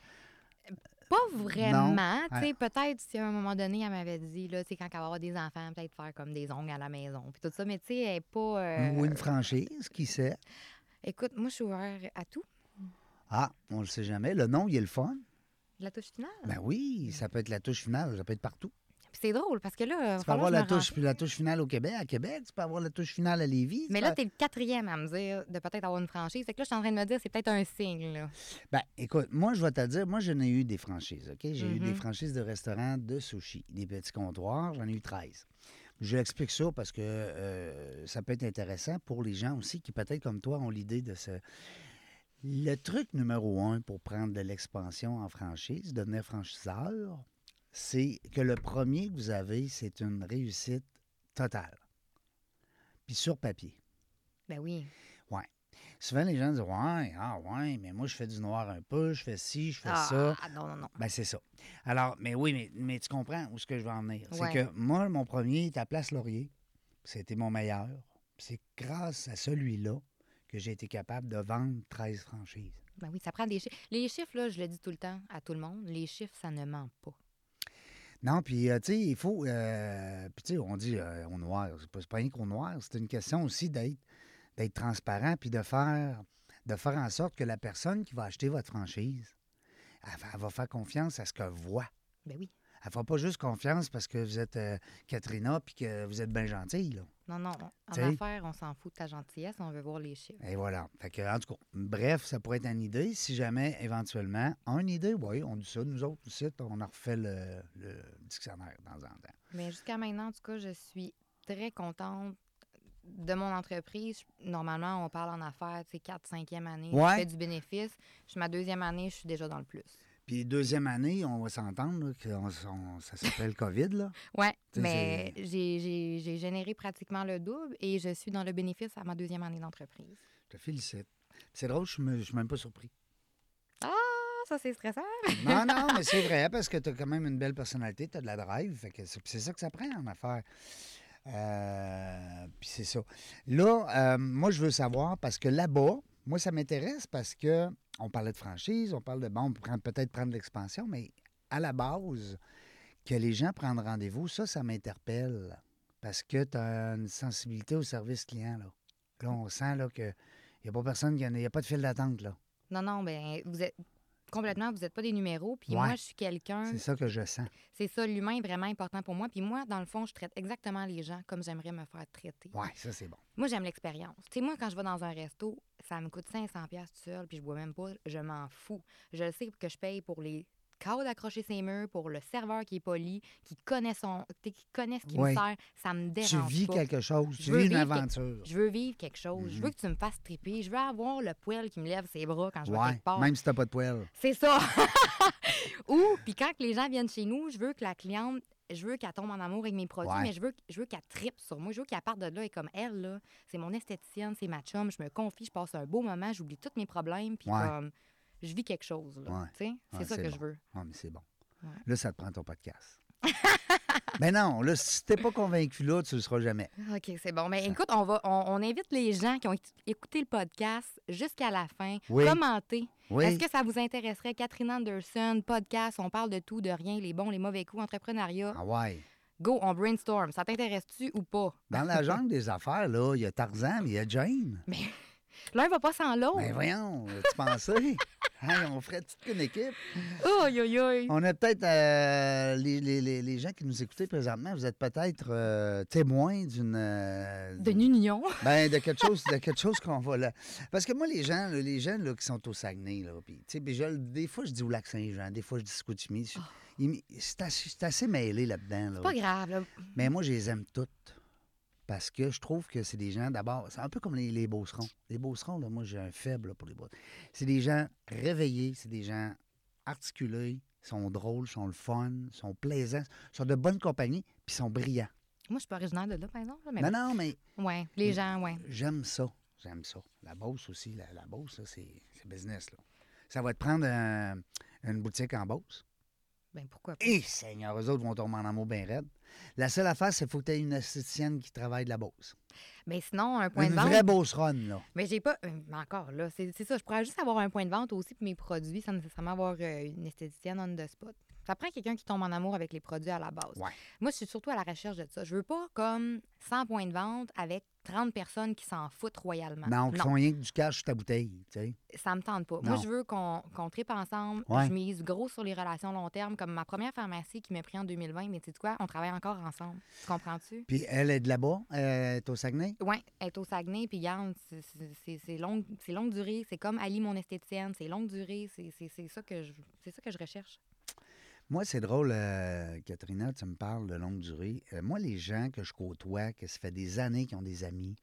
C: Pas vraiment. tu sais,
B: Ouais.
C: Peut-être si à un moment donné, elle m'avait dit, là, tu sais, quand elle va avoir des enfants, peut-être faire comme des ongles à la maison, puis tout ça. Mais tu sais, elle est pas. euh,
B: ou une franchise, qui sait
C: Écoute, moi, je suis ouvert à tout.
B: Ah, on le sait jamais. Le nom, il est le fun.
C: La touche finale.
B: Ben oui, ça peut être la touche finale, ça peut être partout.
C: Puis c'est drôle parce que là,
B: Tu
C: va
B: peux avoir
C: falloir que je
B: la
C: me
B: touche, la touche finale au Québec, à Québec, tu peux avoir la touche finale à Lévis. tu
C: Mais
B: peux-
C: là, t'es le quatrième à me dire de peut-être avoir une franchise. Fait que là, je suis en train de me dire, c'est peut-être un signe, là.
B: Ben, écoute, moi, je vais te dire, moi, j'en ai eu des franchises, OK? J'ai eu des
C: Mhm.
B: franchises de restaurants de sushi, des petits comptoirs, j'en ai eu 13. Je l'explique ça parce que euh, ça peut être intéressant pour les gens aussi qui, peut-être comme toi, ont l'idée de ce... Le truc numéro un pour prendre de l'expansion en franchise, devenir franchiseur, c'est que le premier que vous avez, c'est une réussite totale. Puis sur papier.
C: Ben oui.
B: Souvent, les gens disent Ouais, ah ouais, mais moi, je fais du noir un peu, je fais ci, je fais
C: ah,
B: ça.
C: non, non, non.
B: Ben, c'est ça. Alors, mais oui, mais, mais tu comprends où ce que je veux en venir. C'est
C: Ouais.
B: que moi, mon premier était à Place Laurier. C'était mon meilleur. C'est grâce à celui-là que j'ai été capable de vendre 13 franchises.
C: Ben oui, ça prend des chiffres. Les chiffres, là, je le dis tout le temps à tout le monde, les chiffres, ça ne ment pas.
B: Non, puis, euh, tu sais, il faut. euh, puis, tu sais, on dit euh, au noir. C'est pas, c'est pas rien qu'au noir. C'est une question aussi d'être d'être transparent puis de faire, de faire en sorte que la personne qui va acheter votre franchise, elle, va- elle va faire confiance à ce qu'elle voit.
C: Ben oui.
B: Elle fera pas juste confiance parce que vous êtes euh, Katrina puis que vous êtes bien gentille, là.
C: Non, non. En
B: T'sais.
C: affaires, on s'en fout de ta gentillesse, on veut voir les chiffres.
B: Et voilà. Fait que, en tout cas, bref, ça pourrait être une idée. Si jamais, éventuellement, une idée, oui, on dit ça, nous autres, ici, puis on en refait le, le dictionnaire de temps en temps.
C: Mais Ben, jusqu'à maintenant, en tout cas, je suis très contente de mon entreprise. Je- Normalement, on parle en affaires, tu sais, 4 5e année,
B: Ouais.
C: je fais du bénéfice. Je suis ma deuxième année, je suis déjà dans le plus.
B: Puis, deuxième année, on va s'entendre, là, que on- on- ça s'appelle COVID, là.
C: Ouais,
B: Tu sais,
C: mais j'ai- j'ai j'ai généré pratiquement le double et je suis dans le bénéfice à ma deuxième année d'entreprise.
B: Je te félicite. C'est drôle, je ne suis même pas surpris.
C: Ah, ça, c'est stressant.
B: Non, non, mais c'est vrai, parce que tu as quand même une belle personnalité, tu as de la drive, fait que c'est c'est ça que ça prend en affaires. Euh, puis c'est ça. Là, euh, moi, je veux savoir, parce que là-bas, moi, ça m'intéresse parce que on parlait de franchise, on parle de, bon, on prend- peut-être prendre l'expansion, mais à la base, que les gens prennent rendez-vous, ça, ça m'interpelle, parce que tu as une sensibilité au service client, là. Là, on sent, là, que il n'y a pas personne, il n'y a pas de file d'attente, là.
C: Non, non, ben vous êtes complètement, vous n'êtes pas des numéros. Puis
B: Ouais.
C: moi, je suis quelqu'un,
B: C'est ça que je sens.
C: c'est ça, l'humain est vraiment important pour moi. Puis moi, dans le fond, je traite exactement les gens comme j'aimerais me faire traiter.
B: Ouais, ça, c'est bon.
C: Moi, j'aime l'expérience. Tu sais, moi, quand je vais dans un resto, ça me coûte 500 pièces tout seul, puis je bois même pas, je m'en fous. Je sais que je paye pour les cadres accrochés ses murs, pour le serveur qui est poli, qui connaît son, tu sais, qui connaît ce qu'il
B: Ouais.
C: me sert. Ça me dérange
B: Tu vis
C: pas.
B: quelque chose,
C: Je
B: tu
C: veux
B: vis une
C: vivre que-
B: aventure.
C: Je veux vivre quelque chose. Je
B: Mhm.
C: veux que tu me fasses triper. Je veux avoir le poil qui me lève ses bras quand je vais
B: Ouais,
C: quelque part.
B: même si t'as pas de poêle.
C: C'est ça. Ou, puis quand que les gens viennent chez nous, je veux que la cliente, je veux qu'elle tombe en amour avec mes produits,
B: Ouais.
C: mais je veux, je veux qu'elle tripe sur moi. Je veux qu'elle parte de là et comme elle, là, c'est mon esthéticienne, c'est ma chum, je me confie, je passe un beau moment, j'oublie tous mes problèmes, puis
B: Ouais.
C: comme je vis quelque chose. là.
B: Ouais.
C: Tu sais, C'est
B: Ouais,
C: ça
B: c'est
C: que
B: bon.
C: je veux.
B: Non, Ah, mais c'est bon.
C: Ouais.
B: Là, ça te prend ton podcast. ben non, là, si t'es pas convaincu là, tu le seras jamais.
C: OK, c'est bon. Mais écoute, on, va, on, on invite les gens qui ont éc- écouté le podcast jusqu'à la fin.
B: Oui.
C: Commentez.
B: Oui.
C: Est-ce que ça vous intéresserait? Catherine Anderson, podcast, on parle de tout, de rien, les bons, les mauvais coups, entrepreneuriat.
B: Ah ouais.
C: Go, on brainstorm. Ça t'intéresse-tu ou pas?
B: Dans la jungle des affaires, là, il y a Tarzan, mais il y a Jane.
C: L'un va pas sans l'autre.
B: Mais voyons, tu pensais? Hey, on ferait toute une équipe.
C: Oh, yo, yo.
B: On a peut-être euh, les, les- les- les gens qui nous écoutez présentement, vous êtes peut-être euh, témoins d'une euh,
C: De l'union.
B: Ben, de quelque chose, de quelque chose qu'on va là. Parce que moi, les gens, là, les jeunes là, qui sont au Saguenay, là, puis, tu sais, puis je le- des fois, je dis au lac Saint-Jean, des fois, je dis Scoutimi. je- il m- C'est assez, c'est assez mêlé là-dedans. là.
C: Ah. Pas grave, là.
B: Mais moi, je les aime toutes. Parce que je trouve que c'est des gens, d'abord, c'est un peu comme les, les beaucerons. Les beaucerons, là, moi, j'ai un faible là, pour les beaucerons. C'est des gens réveillés, c'est des gens articulés, sont drôles, sont le fun, sont plaisants, sont de bonne compagnie, puis sont brillants.
C: Moi, je suis pas originaire de là, par exemple. là, Mais
B: Non, non, mais
C: ouais, les gens, ouais.
B: J'aime ça. J'aime ça. La Beauce aussi. La, la Beauce, là, c'est c'est business. Là. Ça va te prendre un- une boutique en Beauce.
C: Ben pourquoi pas?
B: Et Seigneur, eux autres vont tomber en amour bien raide. La seule affaire, c'est qu'il faut que tu aies une esthéticienne qui travaille de la Beauce.
C: Ben sinon, un point
B: une
C: de vente.
B: vraie Beauceronne, là.
C: Mais j'ai pas. euh, Mais encore, là, c'est c'est ça. Je pourrais juste avoir un point de vente aussi pour mes produits sans nécessairement avoir euh, une esthéticienne on the spot. Ça prend quelqu'un qui tombe en amour avec les produits à la base.
B: Ouais.
C: Moi, je suis surtout à la recherche de ça. Je veux pas comme 100 points de vente avec 30 personnes qui s'en foutent royalement.
B: Ah, Non, qui font rien que du cash sur ta bouteille. tu sais.
C: ça me tente pas.
B: Non.
C: Moi, je veux qu'on qu'on tripe ensemble.
B: Ouais.
C: Je mise gros sur les relations long terme, comme ma première pharmacie qui m'a pris en 2020. Mais tu sais quoi, on travaille encore ensemble. Tu comprends-tu?
B: Puis elle est de là-bas, euh, est au Saguenay.
C: Oui, être au Saguenay, puis garde, c'est- c'est- c'est c'est longue, c'est longue durée. C'est comme Ali, mon esthéticienne, c'est longue durée. C'est c'est- c'est ça, que je- c'est ça que je recherche.
B: Moi, c'est drôle, euh, Katrina, tu me parles de longue durée. Euh, moi, les gens que je côtoie, que ça fait des années qu'ils ont des amis,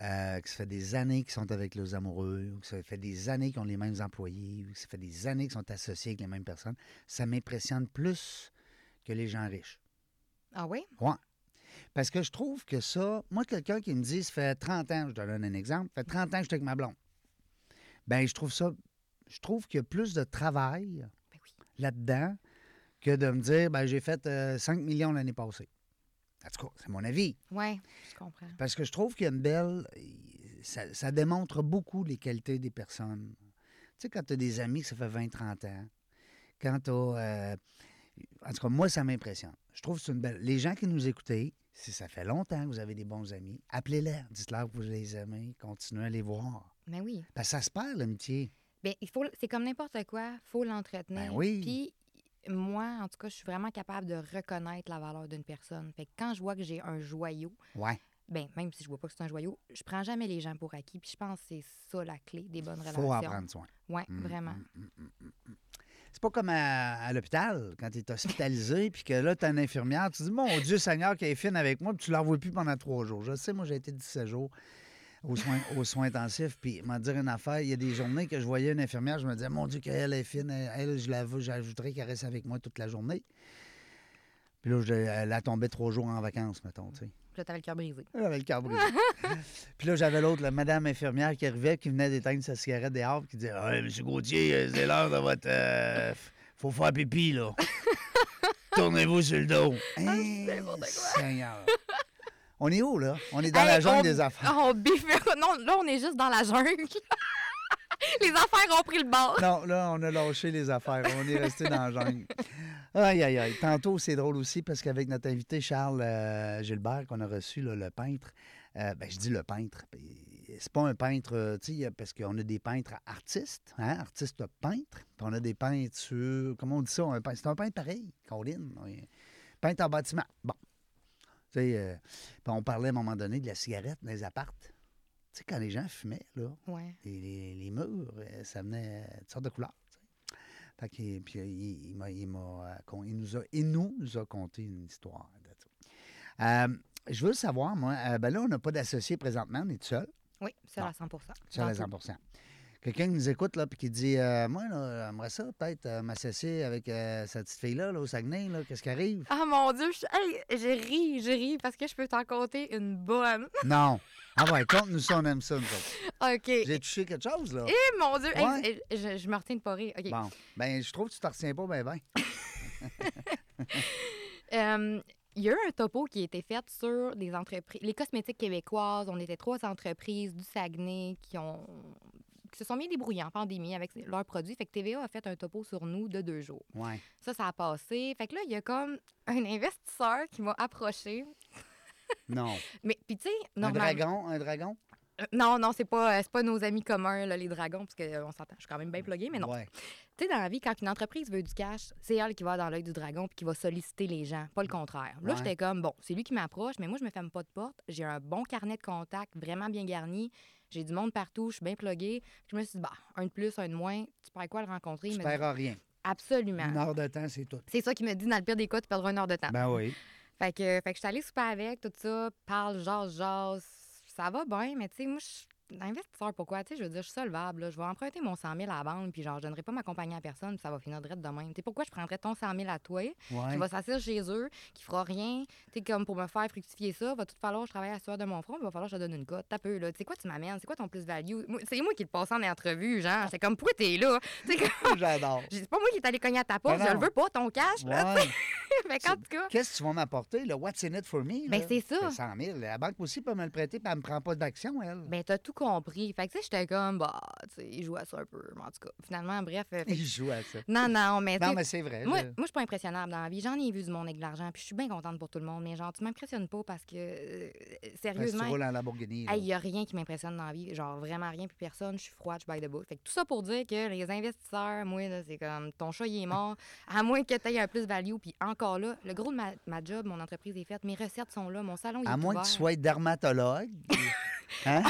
B: euh, que ça fait des années qu'ils sont avec leurs amoureux, ou que ça fait des années qu'ils ont les mêmes employés, ou que ça fait des années qu'ils sont associés avec les mêmes personnes, ça m'impressionne plus que les gens riches.
C: Ah oui?
B: Parce que je trouve que ça, moi, quelqu'un qui me dit, ça fait 30 ans, je te donne un exemple, ça fait 30 ans que je suis avec ma blonde. Ben, je trouve ça, je trouve qu'il y a plus de travail
C: Ben oui.
B: là-dedans que de me dire, ben, j'ai fait euh, 5 millions l'année passée. En tout cas, c'est mon avis.
C: Oui, je comprends.
B: Parce que je trouve qu'il y a une belle. Ça, ça démontre beaucoup les qualités des personnes. Tu sais, quand tu as des amis que ça fait 20-30 ans, quand tu as euh, En tout cas, moi, ça m'impressionne. Je trouve que c'est une belle. Les gens qui nous écoutaient, si ça fait longtemps que vous avez des bons amis, appelez-les, dites-leur que vous les aimez, continuez à les voir.
C: Ben oui.
B: Parce que ça se perd, l'amitié.
C: Ben, il faut, c'est comme n'importe quoi, faut
B: Ben
C: l'entretenir.
B: oui.
C: Puis moi, en tout cas, je suis vraiment capable de reconnaître la valeur d'une personne. Fait que quand je vois que j'ai un joyau,
B: Ouais.
C: ben même si je vois pas que c'est un joyau, je prends jamais les gens pour acquis. Puis je pense que c'est ça la clé des bonnes
B: Il
C: relations.
B: faut en prendre soin.
C: Ouais,
B: Mm,
C: vraiment.
B: C'est pas comme à, à l'hôpital, quand tu es hospitalisé, puis que là, tu as une infirmière, tu dis Mon Dieu Seigneur, qu'elle est fine avec moi, puis tu ne l'envoies plus pendant trois jours. Je sais, moi, j'ai été 17 jours aux soins, aux soins intensifs, puis m'en dire une affaire. Il y a des journées que je voyais une infirmière, je me disais Mon Dieu, qu'elle est fine, elle, elle, je la veux, j'ajouterais qu'elle reste avec moi toute la journée. Puis là, je, elle a tombé trois jours en vacances, mettons, tu sais.
C: Puis là, t'avais le cœur brisé.
B: Elle avait le cœur brisé. puis là, j'avais l'autre, la madame infirmière qui arrivait, qui venait d'éteindre sa cigarette dehors, puis qui disait Hey, monsieur Gauthier, euh, c'est l'heure de votre. euh, f- faut faire pipi, là. Tournez-vous sur le dos.
C: Ah,
B: Hey, Seigneur. On est où, là On est dans la
C: Hey,
B: jungle
C: on-
B: des affaires.
C: On bifurque. Non, là, on est juste dans la jungle. les affaires ont pris le bord.
B: Non, là, on a lâché les affaires. On est resté dans la jungle. Aïe, aïe, aïe. Tantôt, c'est drôle aussi parce qu'avec notre invité Charles euh, Gilbert, qu'on a reçu, là, le peintre, euh, ben, je dis le peintre. puis C'est pas un peintre, euh, tu sais, parce qu'on a des peintres artistes, hein, artistes peintres. Puis on a des peintures, comment on dit ça? un peintre- C'est un peintre pareil, Colin. oui. Peintre en bâtiment. Bon. Tu sais, euh, puis on parlait à un moment donné de la cigarette dans les appartes. Tu sais, quand les gens fumaient, là,
C: Ouais.
B: les, les- les murs, euh, ça venait euh, toutes sortes de couleurs. tu sais. Fait que, puis euh, il, il m'a- il m'a, euh, con- il nous a, il nous a conté une histoire. de ça. Euh, je veux savoir, moi, euh, ben là, on n'a pas d'associé présentement, on est tout seul,
C: Oui, c'est
B: Bon.
C: à 100
B: tout seul à
C: Dans tout.
B: 100 Quelqu'un qui nous écoute, là, puis qui dit euh, Moi, là, j'aimerais ça, peut-être, euh, m'associer avec euh, cette petite fille-là, là, au Saguenay, là, qu'est-ce qui arrive
C: Ah mon Dieu, je- hey, j'ai ri, j'ai ri parce que je peux t'en compter une bonne.
B: Non. Ah ouais, compte-nous ça, on aime ça, nous autres.
C: OK.
B: J'ai touché quelque chose, là.
C: Eh mon Dieu, hey,
B: Ouais.
C: je- je, je me retiens de pas rire. OK.
B: Bon, ben, je trouve que tu t'en retiens pas, ben, ben.
C: Euh, il y a eu un topo qui a été fait sur des entreprises, les cosmétiques québécoises. On était trois entreprises du Saguenay qui ont qui se sont bien débrouillées en pandémie avec leurs produits. Fait que TVA a fait un topo sur nous de deux jours.
B: Ouais.
C: Ça, ça a passé. Fait que là, il y a comme un investisseur qui m'a approché.
B: Non.
C: Mais puis tu sais,
B: Un
C: normalement.
B: dragon, un dragon?
C: Euh, Non, non, c'est pas, euh, c'est pas nos amis communs, là, les dragons, parce qu'on s'entend. Je suis quand même bien pluguée, mais non.
B: Ouais.
C: Tu sais, dans la vie, quand une entreprise veut du cash, c'est elle qui va dans l'œil du dragon puis qui va solliciter les gens, pas le contraire. Là,
B: Ouais.
C: j'étais comme, bon, c'est lui qui m'approche, mais moi, je me ferme pas de porte. J'ai un bon carnet de contacts, vraiment bien garni. J'ai du monde partout, je suis bien pluguée. Je me suis dit, bah, un de plus, un de moins, tu perds quoi à le rencontrer? Il
B: Tu
C: m'a dit, Ah.
B: paieras rien.
C: Absolument.
B: Une heure de temps, c'est tout.
C: C'est ça qui me dit, dans le pire des cas, tu perdras une heure de temps.
B: Ben oui.
C: Fait que, fait que je suis allée souper avec, tout ça, parle, jase, jase. Ça va bien, mais tu sais, moi, je suis investisseur, pourquoi? Tu sais, je veux dire, je suis solvable. là. Je vais emprunter mon 100 000 à la banque, puis genre, je donnerai pas ma compagnie à personne, puis ça va finir direct de même. Tu sais, pourquoi je prendrais ton 100 000 à toi, qui
B: Ouais.
C: va s'asseoir chez eux, qui fera rien, tu sais, comme pour me faire fructifier ça, va tout falloir que je travaille à la sueur de mon front, puis va falloir que je te donne une cote. T'as peu, là. Tu sais, quoi tu m'amènes? C'est quoi ton plus-value? Moi, C'est moi qui le passais en entrevue, genre. J'étais comme, pourquoi t'es là? Tu sais, comme,
B: J'adore.
C: j'ai dit, c'est pas moi qui est allé cogner à ta porte,
B: Ben
C: je le
B: non.
C: veux pas, ton cash, là.
B: Ouais.
C: Fait qu'en tout cas,
B: Qu'est-ce que tu vas m'apporter, là? What's in it for me?
C: Ben,
B: là?
C: c'est ça.
B: 100 000. La banque aussi peut me le prêter, puis elle me prend pas d'action, elle.
C: Ben, t'as tout compris. Fait que, tu sais, j'étais comme, bah, tu sais, il joue à ça un peu. Mais en tout cas, finalement, bref. euh, fait-
B: Il joue à ça.
C: Non, non, mais, tu
B: Non,
C: sais,
B: mais c'est vrai.
C: moi,
B: là.
C: moi, je suis pas impressionnable dans la vie. J'en ai vu du monde avec de l'argent, puis je suis bien contente pour tout le monde. Mais genre, tu m'impressionnes pas parce que, euh,
B: Parce que tu
C: sérieusement,
B: roules en Lamborghini. Ben, là.
C: il y a rien qui m'impressionne dans la vie. Genre, vraiment rien, puis personne. Je suis froide, je baille de bout. Fait que tout ça pour dire que les investisseurs, moi, là, c'est comme, ton chat, il est mort. à moins que t'aies un plus-value. Puis encore là, le gros de ma, ma job, mon entreprise est faite. Mes recettes sont là. Mon salon, il est
B: À moins que
C: ouvert.
B: tu sois dermatologue. hein?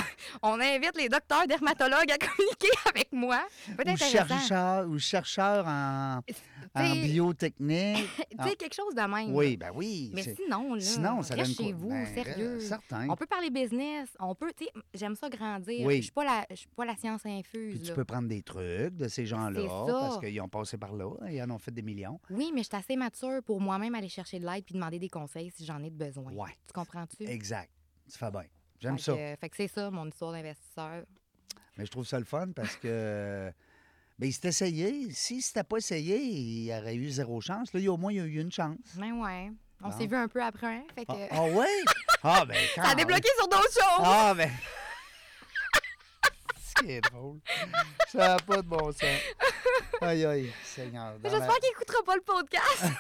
C: On invite les docteurs dermatologues à communiquer avec moi. Ça peut être
B: ou,
C: intéressant.
B: chercheur, ou chercheur en, en
C: T'sais-
B: biotechnique.
C: Tu sais, quelque chose de même.
B: Oui, ben oui.
C: Mais
B: c'est-
C: sinon, là,
B: Sinon, ça
C: reste
B: donne
C: chez
B: quoi?
C: vous,
B: Ben, reste-
C: sérieux.
B: Certain.
C: On peut parler business, on peut, tu sais, j'aime ça grandir.
B: Oui.
C: Je suis pas la, je suis pas la science infuse.
B: Puis tu
C: là.
B: peux prendre des trucs de ces gens-là
C: C'est ça.
B: parce qu'ils ont passé par là, ils en ont fait des millions.
C: Oui, mais je suis assez mature pour moi-même aller chercher de l'aide puis demander des conseils si j'en ai de besoin.
B: Ouais.
C: Tu comprends-tu?
B: Exact. Tu fais bien. J'aime
C: Fait
B: ça.
C: que- fait que c'est ça mon histoire d'investisseur.
B: Mais je trouve ça le fun parce que. Ben, il s'est essayé. Si c'était pas essayé, il aurait eu zéro chance. Là, il- au moins, il y a eu une chance.
C: Mais Ben ouais. On
B: Bon.
C: s'est vu un peu après, hein, fait que
B: Ah, ah ouais? Ah, ben, quand
C: ça a
B: même.
C: débloqué sur d'autres choses.
B: Ah, ben. C'est drôle. Ça n'a pas de bon sens. Aïe, aïe, Seigneur. Dans
C: J'espère
B: la-
C: qu'il n'écoutera pas le podcast.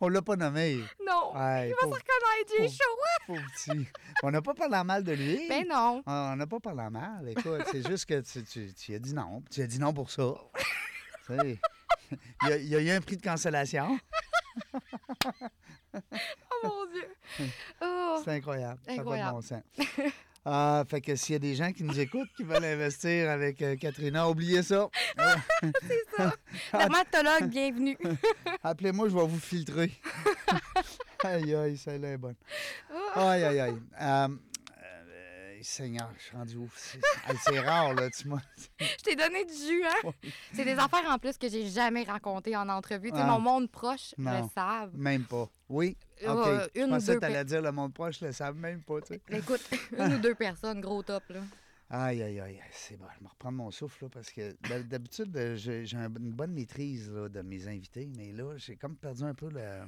B: On l'a pas nommé.
C: non.
B: Aïe,
C: Il va se
B: Ah, pauvre,
C: reconnaître, j'ai
B: pauvre-
C: chaud.
B: pauvre petit. On n'a pas parlé en mal de lui.
C: Ben non.
B: Ah, On n'a pas parlé en mal. Écoute, c'est juste que tu, tu- tu as dit non. Tu as dit non pour ça. Tu sais, il, y a, il y a eu un prix de cancellation.
C: Oh mon Dieu. Oh.
B: C'est incroyable.
C: Incroyable.
B: Ça n'a pas de bon sens. Ah, fait que s'il y a des gens qui nous écoutent qui veulent investir avec euh, Katrina, oubliez ça.
C: Dermatologue, bienvenue.
B: Appelez-moi, je vais vous filtrer. aïe, aïe, celle-là est bonne.
C: Oh,
B: Aïe, aïe, aïe. Euh, euh, Seigneur, je suis rendu ouf. C'est, aïe, c'est rare, là, tu m'as.
C: Je t'ai donné du jus,
B: Oh.
C: hein? C'est des affaires en plus que j'ai jamais racontées en entrevue. Tu sais,
B: Ah.
C: Mon monde proche
B: Non.
C: le savent.
B: Même pas. Oui? OK.
C: Euh,
B: je
C: une,
B: pensais
C: deux
B: que t'allais dire le monde proche, le savent même pas, tu sais.
C: Mais Écoute, une ou deux personnes, gros top, là.
B: Aïe, aïe, aïe, c'est bon. Je vais reprendre mon souffle, là, parce que d'hab- d'habitude, euh, j'ai j'ai un- une bonne maîtrise là, de mes invités, mais là, j'ai comme perdu un peu le,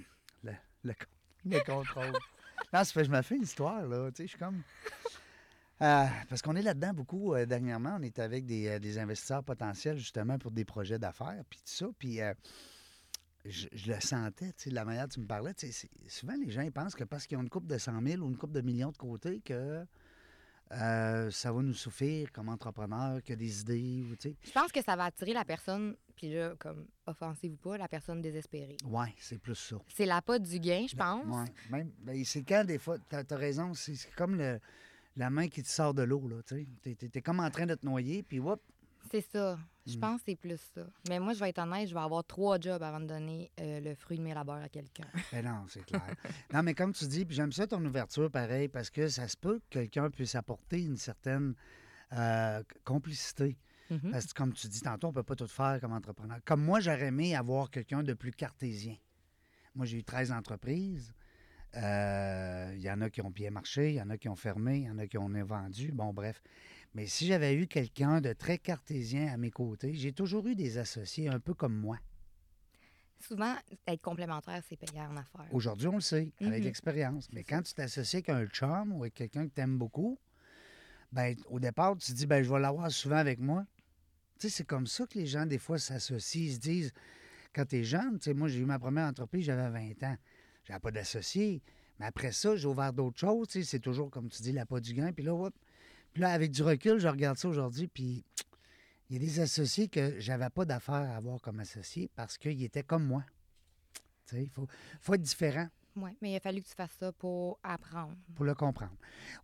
B: le, le con- le contrôle. non, c'est parce que je me fais une histoire, là. Tu sais, je suis comme. Euh, parce qu'on est là-dedans beaucoup euh, dernièrement. On est avec des, euh, des investisseurs potentiels, justement, pour des projets d'affaires, puis tout ça. Puis euh, je, je le sentais, tu sais, de la manière dont tu me parlais. tu sais, c'est- souvent, les gens ils pensent que parce qu'ils ont une coupe de 100 000 ou une coupe de millions de côté, que euh, ça va nous suffire comme entrepreneur, que des idées, ou, tu sais.
C: Je pense que ça va attirer la personne, puis là, comme, offensez-vous pas, la personne désespérée.
B: Ouais, c'est plus ça.
C: C'est la pote du gain, je pense.
B: Ouais, même, ben, c'est quand des fois, t'as as raison, c'est c'est comme le, la main qui te sort de l'eau, là, tu sais. T'es- T'es t'es comme en train de te noyer, puis whoop,
C: C'est ça. Je
B: Mm.
C: pense que c'est plus ça. Mais moi, je vais être honnête, je vais avoir trois jobs avant de donner euh, le fruit de mes labeurs à quelqu'un.
B: Ben non, c'est clair. non, mais comme tu dis, puis j'aime ça ton ouverture pareil, parce que ça se peut que quelqu'un puisse apporter une certaine euh, complicité.
C: Mhm.
B: Parce que comme tu dis tantôt, on peut pas tout faire comme entrepreneur. Comme moi, j'aurais aimé avoir quelqu'un de plus cartésien. Moi, j'ai eu 13 entreprises. Euh, Il y en a qui ont bien marché, il y en a qui ont fermé, il y en a qui ont vendu. Bon, bref. Mais si j'avais eu quelqu'un de très cartésien à mes côtés, j'ai toujours eu des associés un peu comme moi.
C: Souvent, être complémentaire, c'est payant en affaires.
B: Aujourd'hui, on le sait, avec
C: Mhm.
B: l'expérience. Mais quand tu t'associes avec un chum ou avec quelqu'un que tu aimes beaucoup, ben, au départ, tu te dis, ben, je vais l'avoir souvent avec moi. Tu sais, c'est comme ça que les gens, des fois, s'associent. Ils se disent, quand tu es jeune, tu sais, moi, j'ai eu ma première entreprise, j'avais 20 ans. J'avais pas d'associé. Mais après ça, j'ai ouvert d'autres choses. Tu sais, c'est toujours, comme tu dis, la pas du gain. Puis là, hop. Puis là, avec du recul, je regarde ça aujourd'hui, puis il y a des associés que j'avais pas d'affaires à avoir comme associés parce qu'ils étaient comme moi. Tu sais, il faut, faut être différent
C: Ouais, mais il a fallu que tu fasses ça pour apprendre.
B: pour le comprendre.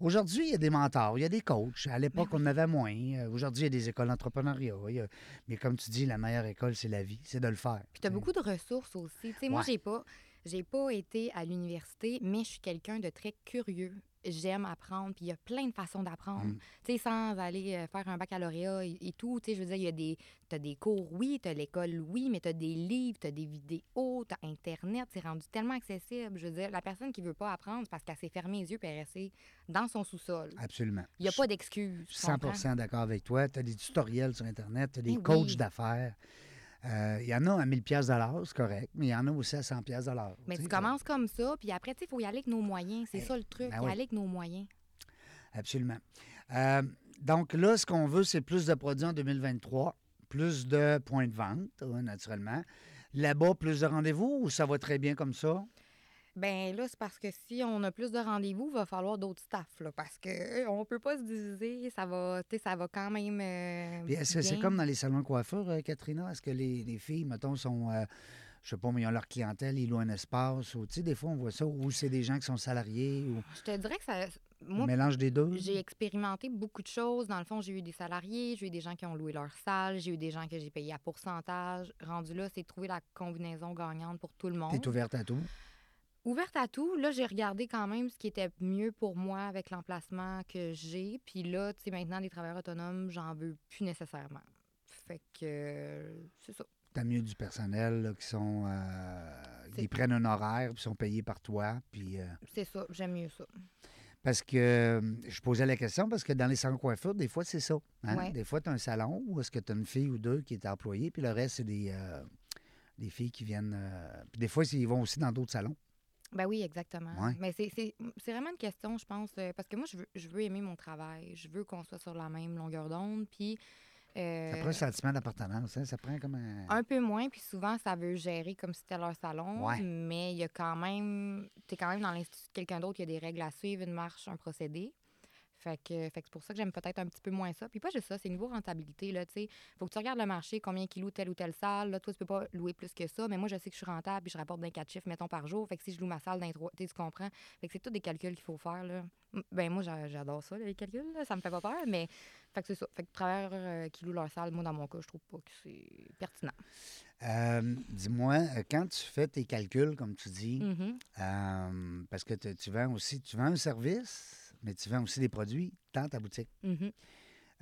B: Aujourd'hui, il y a des mentors, il y a des coachs. À l'époque, on en avait moins. Euh, Aujourd'hui, il y a des écoles d'entrepreneuriat. il y a- Mais comme tu dis, la meilleure école, c'est la vie, c'est de le faire.
C: Puis t'as beaucoup de ressources aussi. Tu sais,
B: Mmh.
C: moi,
B: Ouais.
C: j'ai pas, j'ai pas été à l'université, mais je suis quelqu'un de très curieux. J'aime apprendre, puis il y a plein de façons d'apprendre.
B: Mm.
C: Tu sais, sans aller euh, faire un baccalauréat et, et tout, tu sais, je veux dire, il y a des, t'as des cours, oui, t'as l'école, oui, mais t'as des livres, t'as des vidéos, t'as Internet, c'est rendu tellement accessible. Je veux dire, la personne qui veut pas apprendre, c'est parce qu'elle s'est fermée les yeux puis elle est restée dans son sous-sol.
B: Absolument.
C: Il n'y a pas d'excuse.
B: Ah, Je
C: tu
B: suis 100
C: comprends?
B: d'accord avec toi. Tu as des tutoriels sur Internet, tu as des
C: Eh
B: coachs
C: oui.
B: d'affaires. Euh, Il y en a à 1000 pièces de l'heure, c'est correct, mais il y en a aussi à 100 pièces de l'heure.
C: Mais
B: tu
C: tu
B: sais.
C: commences comme ça, puis après, tu sais, il faut y aller avec nos moyens. C'est
B: Eh,
C: ça le truc,
B: ben
C: y
B: oui.
C: aller avec nos moyens.
B: Absolument. Euh, donc là, ce qu'on veut, c'est plus de produits en 2023, plus de points de vente, euh, naturellement. Là-bas, plus de rendez-vous ou ça va très bien comme ça?
C: Ben là, c'est parce que si on a plus de rendez-vous, il va falloir d'autres staffs, là, parce que euh, on peut pas se diviser, ça va, tu sais, ça va quand même. euh,
B: Puis est-ce que c'est
C: bien.
B: comme dans les salons de coiffure, euh, Katrina? Est-ce que les, les filles, mettons, sont, euh, je sais pas, mais ils ont leur clientèle, ils louent un espace, ou tu sais, des fois, on voit ça, ou c'est des gens qui sont salariés, ou
C: Je te dirais que ça,
B: un
C: moi,
B: mélange des deux?
C: j'ai expérimenté beaucoup de choses. Dans le fond, j'ai eu des salariés, j'ai eu des gens qui ont loué leur salle, j'ai eu des gens que j'ai payés à pourcentage. Rendu là, c'est de trouver la combinaison gagnante pour tout le monde.
B: T'es ouverte à tout?
C: Ouverte à tout, là, j'ai regardé quand même ce qui était mieux pour moi avec l'emplacement que j'ai. Puis là, tu sais, maintenant, les travailleurs autonomes, j'en veux plus nécessairement. Fait que euh, c'est ça.
B: T'as mieux du personnel là, qui sont... euh,
C: C'est-
B: ils prennent un horaire, puis sont payés par toi, puis... euh,
C: C'est ça, j'aime mieux ça.
B: Parce que euh, je posais la question parce que dans les salons de coiffure, des fois, c'est ça. hein.
C: Ouais.
B: Des fois, tu as un salon où est-ce que tu as une fille ou deux qui est employée, puis le reste, c'est des, euh, des filles qui viennent. euh, puis des fois, ils vont aussi dans d'autres salons.
C: Ben oui, exactement.
B: Ouais.
C: Mais c'est- c'est c'est vraiment une question, je pense, euh, parce que moi, je veux, je veux aimer mon travail. Je veux qu'on soit sur la même longueur d'onde. Puis. euh,
B: Ça prend un sentiment d'appartenance, hein? ça prend comme un...
C: Un peu moins, puis souvent, ça veut gérer comme si c'était leur salon.
B: Ouais.
C: Mais il y a quand même. T'es quand même dans l'institut de quelqu'un d'autre, il y a des règles à suivre, une marche, un procédé. Fait que, fait que c'est pour ça que j'aime peut-être un petit peu moins ça. Puis pas juste ça, c'est niveau rentabilité, là, tu sais. Faut que tu regardes le marché, combien qui loue telle ou telle salle. Là, toi, tu peux pas louer plus que ça. Mais moi, je sais que je suis rentable, puis je rapporte d'un quatre chiffres, mettons, par jour. Fait que si je loue ma salle d'un trois, tu sais, tu comprends. Fait que c'est tous des calculs qu'il faut faire, là. M- Ben moi, j'a- j'adore ça, les calculs, là. Ça me fait pas peur, mais... Fait que c'est ça. Fait que travailleurs euh, qui louent leur salle, moi, dans mon cas, je trouve pas que c'est pertinent.
B: Euh, Dis-moi, euh, quand tu fais tes calculs, comme tu dis,
C: Mhm.
B: euh, parce que tu- tu vends aussi, tu vends un service, mais tu vends aussi des produits dans ta boutique.
C: Mhm.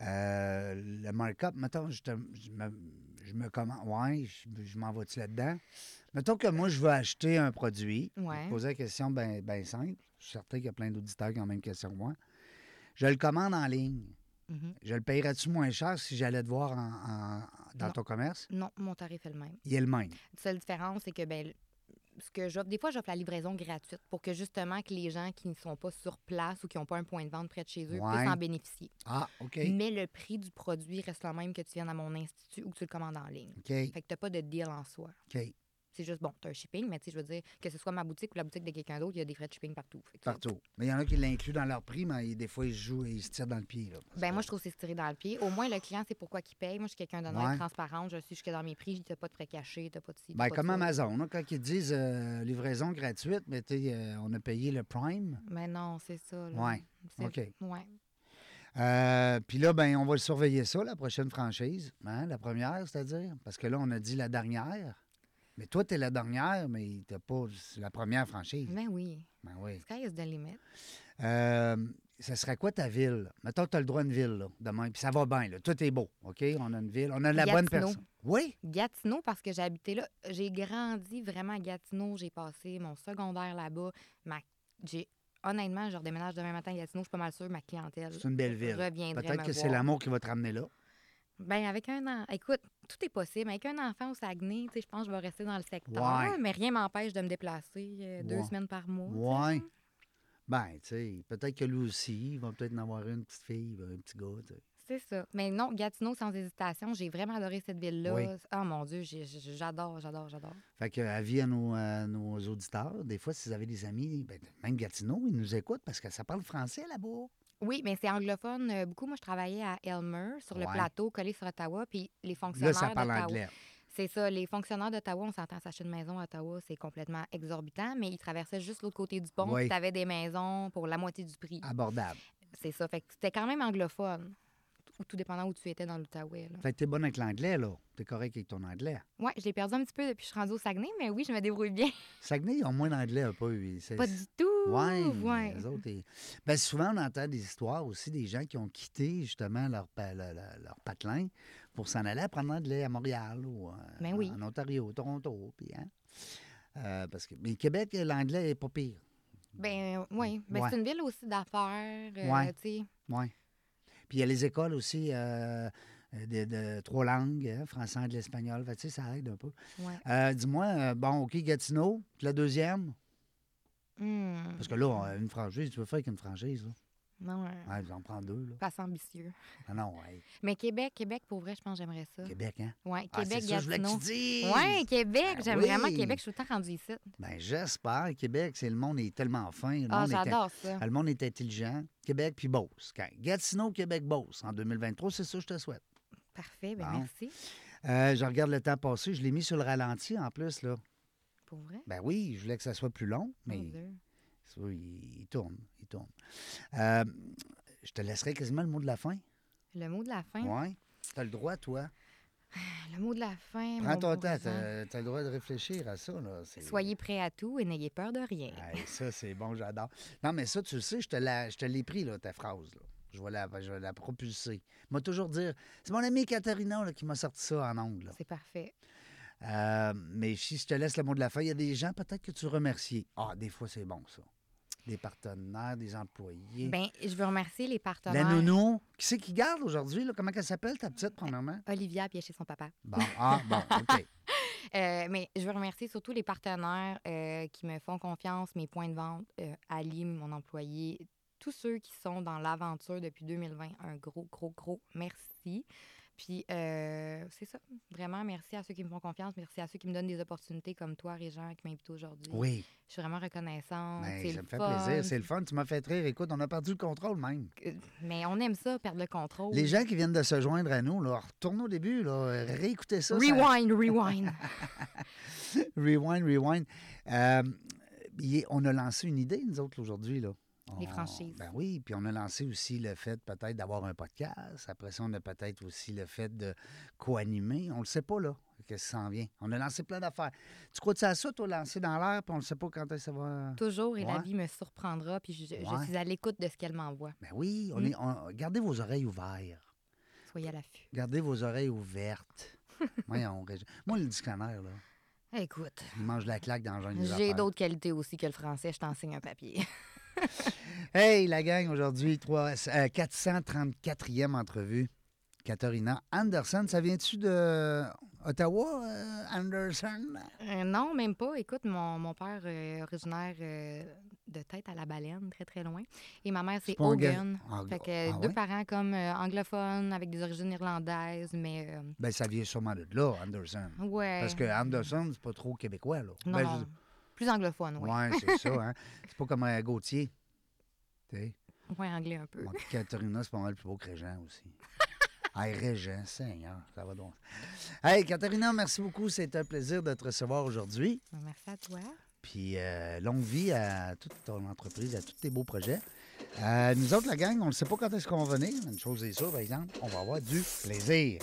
B: Euh, le markup, mettons, je, te- je me, je me commande. Ouais, je, je m'en vais-tu là-dedans? Mettons que moi, je veux acheter un produit. Je vais te
C: Ouais.
B: poser la question bien simple. Je suis certain qu'il y a plein d'auditeurs qui ont la même question que moi. Je le commande en ligne.
C: Mhm.
B: Je le paierais-tu moins cher si j'allais te voir en- en- dans
C: Non.
B: ton commerce?
C: Non, mon tarif est le même.
B: Il est le même.
C: La seule différence, c'est que, ben, ce que j'offre, des fois, j'offre la livraison gratuite pour que justement que les gens qui ne sont pas sur place ou qui n'ont pas un point de vente près de chez eux
B: Ouais.
C: puissent en bénéficier.
B: Ah, OK.
C: Mais le prix du produit reste le même que tu viennes à mon institut ou que tu le commandes en ligne.
B: OK,
C: Fait que t'as pas de deal en soi.
B: OK.
C: C'est juste, bon, t'as un shipping, mais tu sais, je veux dire, que ce soit ma boutique ou la boutique de quelqu'un d'autre, il y a des frais de shipping partout. Fait que ça,
B: Partout. Mais il y en a qui l'incluent dans leur prix, mais des fois, ils se jouent et ils se tirent dans le pied. Là, Parce
C: Ben
B: que-
C: moi, je trouve que c'est se tirer dans le pied. Au moins, le client, c'est pourquoi qu'il paye. Moi, je suis quelqu'un d'honnête,
B: Ouais.
C: transparente. Je suis jusque dans mes prix. T'as pas de frais cachés, t'as pas de ci, t'as
B: Ben,
C: pas de
B: comme
C: ça.
B: Amazon, là, quand ils disent euh, livraison gratuite, mais tu sais, euh, on a payé le Prime.
C: Mais non, c'est ça. Là.
B: Ouais.
C: C'est-
B: OK.
C: Ouais.
B: Euh, Puis là, ben, on va le surveiller ça, la prochaine franchise. hein, la première, c'est-à-dire. Parce que là, on a dit la dernière. Mais toi, t'es la dernière, mais t'as pas c'est la première franchise.
C: Ben oui.
B: Ben oui.
C: Sky is the limit.
B: Euh, ce serait quoi ta ville? Mettons, t'as le droit à une ville, là, demain. Puis ça va bien, là. Tout est beau, OK? On a une ville. On a la bonne
C: Gatineau.
B: personne. Oui?
C: Gatineau, parce que j'ai habité là. J'ai grandi vraiment à Gatineau. J'ai passé mon secondaire là-bas. Ma... J'ai... Honnêtement, je redéménage demain matin à Gatineau. Je suis pas mal sûre, ma clientèle
B: C'est une belle ville.
C: reviendrait
B: Peut-être
C: me
B: que c'est
C: voir.
B: l'amour qui va te ramener là.
C: Ben avec un an. Écoute, tout est possible. Avec un enfant au Saguenay, tu sais, je pense que je vais rester dans le secteur.
B: Ouais.
C: Mais rien m'empêche de me déplacer euh, deux
B: Ouais.
C: semaines par mois. tu sais.
B: Ouais. Ben, tu sais, peut-être que lui aussi, il va peut-être en avoir une petite fille, un petit gars, tu sais.
C: C'est ça. Mais non, Gatineau, sans hésitation, j'ai vraiment adoré cette ville-là.
B: Oui.
C: Oh mon Dieu, j'ai- j'ai- j'adore, j'adore, j'adore.
B: Fait que, avis à nos, à nos auditeurs, des fois, si vous avez des amis, ben, même Gatineau, ils nous écoutent parce que ça parle français là-bas.
C: Oui, mais c'est anglophone euh, beaucoup. Moi, je travaillais à Elmer, sur le
B: Ouais.
C: plateau, collé sur Ottawa, puis les
B: Là,
C: fonctionnaires
B: ça parle
C: d'Ottawa-
B: anglais.
C: C'est ça, les fonctionnaires d'Ottawa, on s'entend s'acheter une maison à Ottawa, c'est complètement exorbitant, mais ils traversaient juste l'autre côté du pont,
B: Oui.
C: puis t'avais des maisons pour la moitié du
B: Ah.
C: prix.
B: Abordable.
C: C'est ça, fait que c'était quand même anglophone, tout, tout dépendant où tu étais dans l'Outaouais. là.
B: Fait que t'es bonne avec l'anglais, là. T'es correct avec ton anglais.
C: Ouais, je l'ai perdu un petit peu depuis que je suis rendue au Saguenay, mais oui, je me débrouille bien.
B: Saguenay, ils ont moins d'anglais un peu. ils- c'est-
C: Pas du tout.
B: Ouais,
C: Ah, ouais.
B: les autres. ils- Ben, souvent, on entend des histoires aussi des gens qui ont quitté justement leur, pa- le- le- leur patelin pour s'en aller apprendre l'anglais à Montréal ou euh,
C: Ben oui.
B: en Ontario, Toronto. Puis, hein? Euh, parce que, mais Québec, l'anglais est pas pire.
C: Ben oui, ben,
B: euh, Ouais.
C: c'est une ville aussi d'affaires, euh,
B: Ouais.
C: tu sais.
B: Oui. Puis il y a les écoles aussi euh, de, de trois langues, hein, français, anglais, espagnol. Fait que, tu sais, ça aide un peu.
C: Ouais.
B: Euh, Dis-moi, euh, bon, OK, Gatineau, puis la deuxième.
C: Hmm,
B: Parce que là, on a une franchise, tu veux faire avec une franchise. Là.
C: Non, euh,
B: Ouais, j'en prends deux. Là.
C: pas assez ambitieux.
B: Ah non, ouais.
C: Mais Québec, Québec, pour vrai, je pense que j'aimerais ça.
B: Québec, hein?
C: Ouais,
B: Ah,
C: Québec,
B: c'est ça, je voulais que tu
C: Gatineau.
B: dises.
C: Ouais, Québec,
B: Ben
C: j'aime vraiment
B: oui.
C: Québec, je suis tout le temps rendue ici.
B: Ben, j'espère. Québec, c'est le monde est tellement fin. Le,
C: Ah,
B: monde, est, in-
C: j'adore ça.
B: le monde est intelligent. Québec puis Beauce. Quand- Gatineau, Québec, Beauce. En 2023, c'est ça que je te souhaite.
C: Parfait, ben
B: Bon.
C: merci.
B: Euh, je regarde le temps passé. Je l'ai mis sur le ralenti en plus. là.
C: Pour vrai.
B: Ben oui, je voulais que ça soit plus long,
C: mon
B: mais
C: Dieu.
B: ça, il, il tourne. Il tourne. Euh, je te laisserai quasiment le mot de la fin.
C: Le mot de la fin. Ah,
B: Oui. Tu as le droit, toi.
C: Le mot de la fin.
B: Prends
C: mon
B: ton
C: beau
B: temps. Tu
C: Jean.
B: as, le droit de réfléchir à ça. Là. C'est- Ah,
C: Soyez prêts à tout et n'ayez peur de rien.
B: Hey, ça, c'est bon, j'adore. Non, mais ça, tu le sais, je te, la- je te l'ai pris, là, ta phrase. là. Je, vais la, je vais la propulser. Il m'a toujours dire. C'est mon ami Katharina là, qui m'a sorti ça en ongle. là.
C: C'est parfait.
B: Euh, mais si je te laisse le mot de la fin, il y a des gens peut-être que tu remercies. Ah, des fois, c'est bon, ça. Des partenaires, des employés.
C: Ben, je veux remercier les
B: la
C: partenaires.
B: nounou. Qui c'est qui garde aujourd'hui? là? Comment elle s'appelle, ta petite, premièrement?
C: Olivia puis elle est chez son papa.
B: Bon, ah, bon, OK.
C: Euh, mais je veux remercier surtout les partenaires euh, qui me font confiance, mes points de vente, euh, Ali, mon employé, tous ceux qui sont dans l'aventure depuis 2020. Un gros, gros, gros merci. Puis, euh, c'est ça. Vraiment, merci à ceux qui me font confiance. Merci à ceux qui me donnent des opportunités comme toi, Régent, qui m'invite aujourd'hui.
B: Oui,
C: Je suis vraiment reconnaissante.
B: ben,
C: c'est
B: ça
C: le
B: me fait
C: fun.
B: plaisir. C'est le fun. Tu m'as fait rire. Écoute, on a perdu le contrôle même.
C: Mais on aime ça, perdre le contrôle.
B: Les gens qui viennent de se joindre à nous, là, retournez au début, là, euh, réécoutez ça. ça-
C: Rewind, rewind.
B: Rewind, rewind. Euh, il est- on a lancé une idée, nous autres, aujourd'hui. Là.
C: Les
B: On-
C: franchises.
B: Ben oui, puis on a lancé aussi le fait peut-être d'avoir un podcast. Après ça, on a peut-être aussi le fait de co-animer. On le sait pas, là, qu'est-ce qui s'en vient. On a lancé plein d'affaires. Tu crois que ça ça, toi, lancer dans l'air, puis on ne sait pas quand est-ce que ça va...
C: Toujours, et la
B: Ouais.
C: vie me surprendra, puis je, je
B: Ouais.
C: suis à l'écoute de ce qu'elle m'envoie.
B: Ben oui, on
C: Mm.
B: est, on- gardez vos oreilles ouvertes.
C: Soyez à l'affût.
B: Gardez vos oreilles ouvertes. Voyons, Régis. Moi, le dictionnaire, là,
C: Écoute,
B: il mange de la claque dans le genre des
C: j'ai
B: affaires.
C: d'autres qualités aussi que le français, je t'enseigne un papier.
B: Hey, la gang, aujourd'hui, trois- euh, 434e entrevue. Katharina Anderson, ça vient-tu de Ottawa, euh, Anderson?
C: Euh, non, même pas. Écoute, mon, mon père euh, originaire euh, de tête à la baleine, très très loin. Et ma mère, c'est
B: pas anglais-
C: Hogan.
B: Ang-
C: Fait que
B: ah
C: deux
B: ouais?
C: parents comme euh, anglophones, avec des origines irlandaises, mais euh,
B: Ben, ça vient sûrement de là, Anderson.
C: ouais.
B: Parce que Anderson, c'est pas trop québécois, là.
C: Non,
B: Ben,
C: non,
B: je-
C: plus anglophone, oui.
B: Ouais, c'est ça, hein. C'est pas comme un Gauthier. Tu sais?
C: Ouais. anglais un peu.
B: Bon, puis Katharina, c'est pas mal plus beau que Régent aussi. Hey, Régent, Seigneur, ça va donc. Hey, Katharina, merci beaucoup. C'est un plaisir de te recevoir aujourd'hui.
C: Merci à toi.
B: Puis euh, longue vie à toute ton entreprise, à tous tes beaux projets. Euh, nous autres, la gang, on ne sait pas quand est-ce qu'on va venir. mais Une chose est sûre, par exemple, on va avoir du plaisir.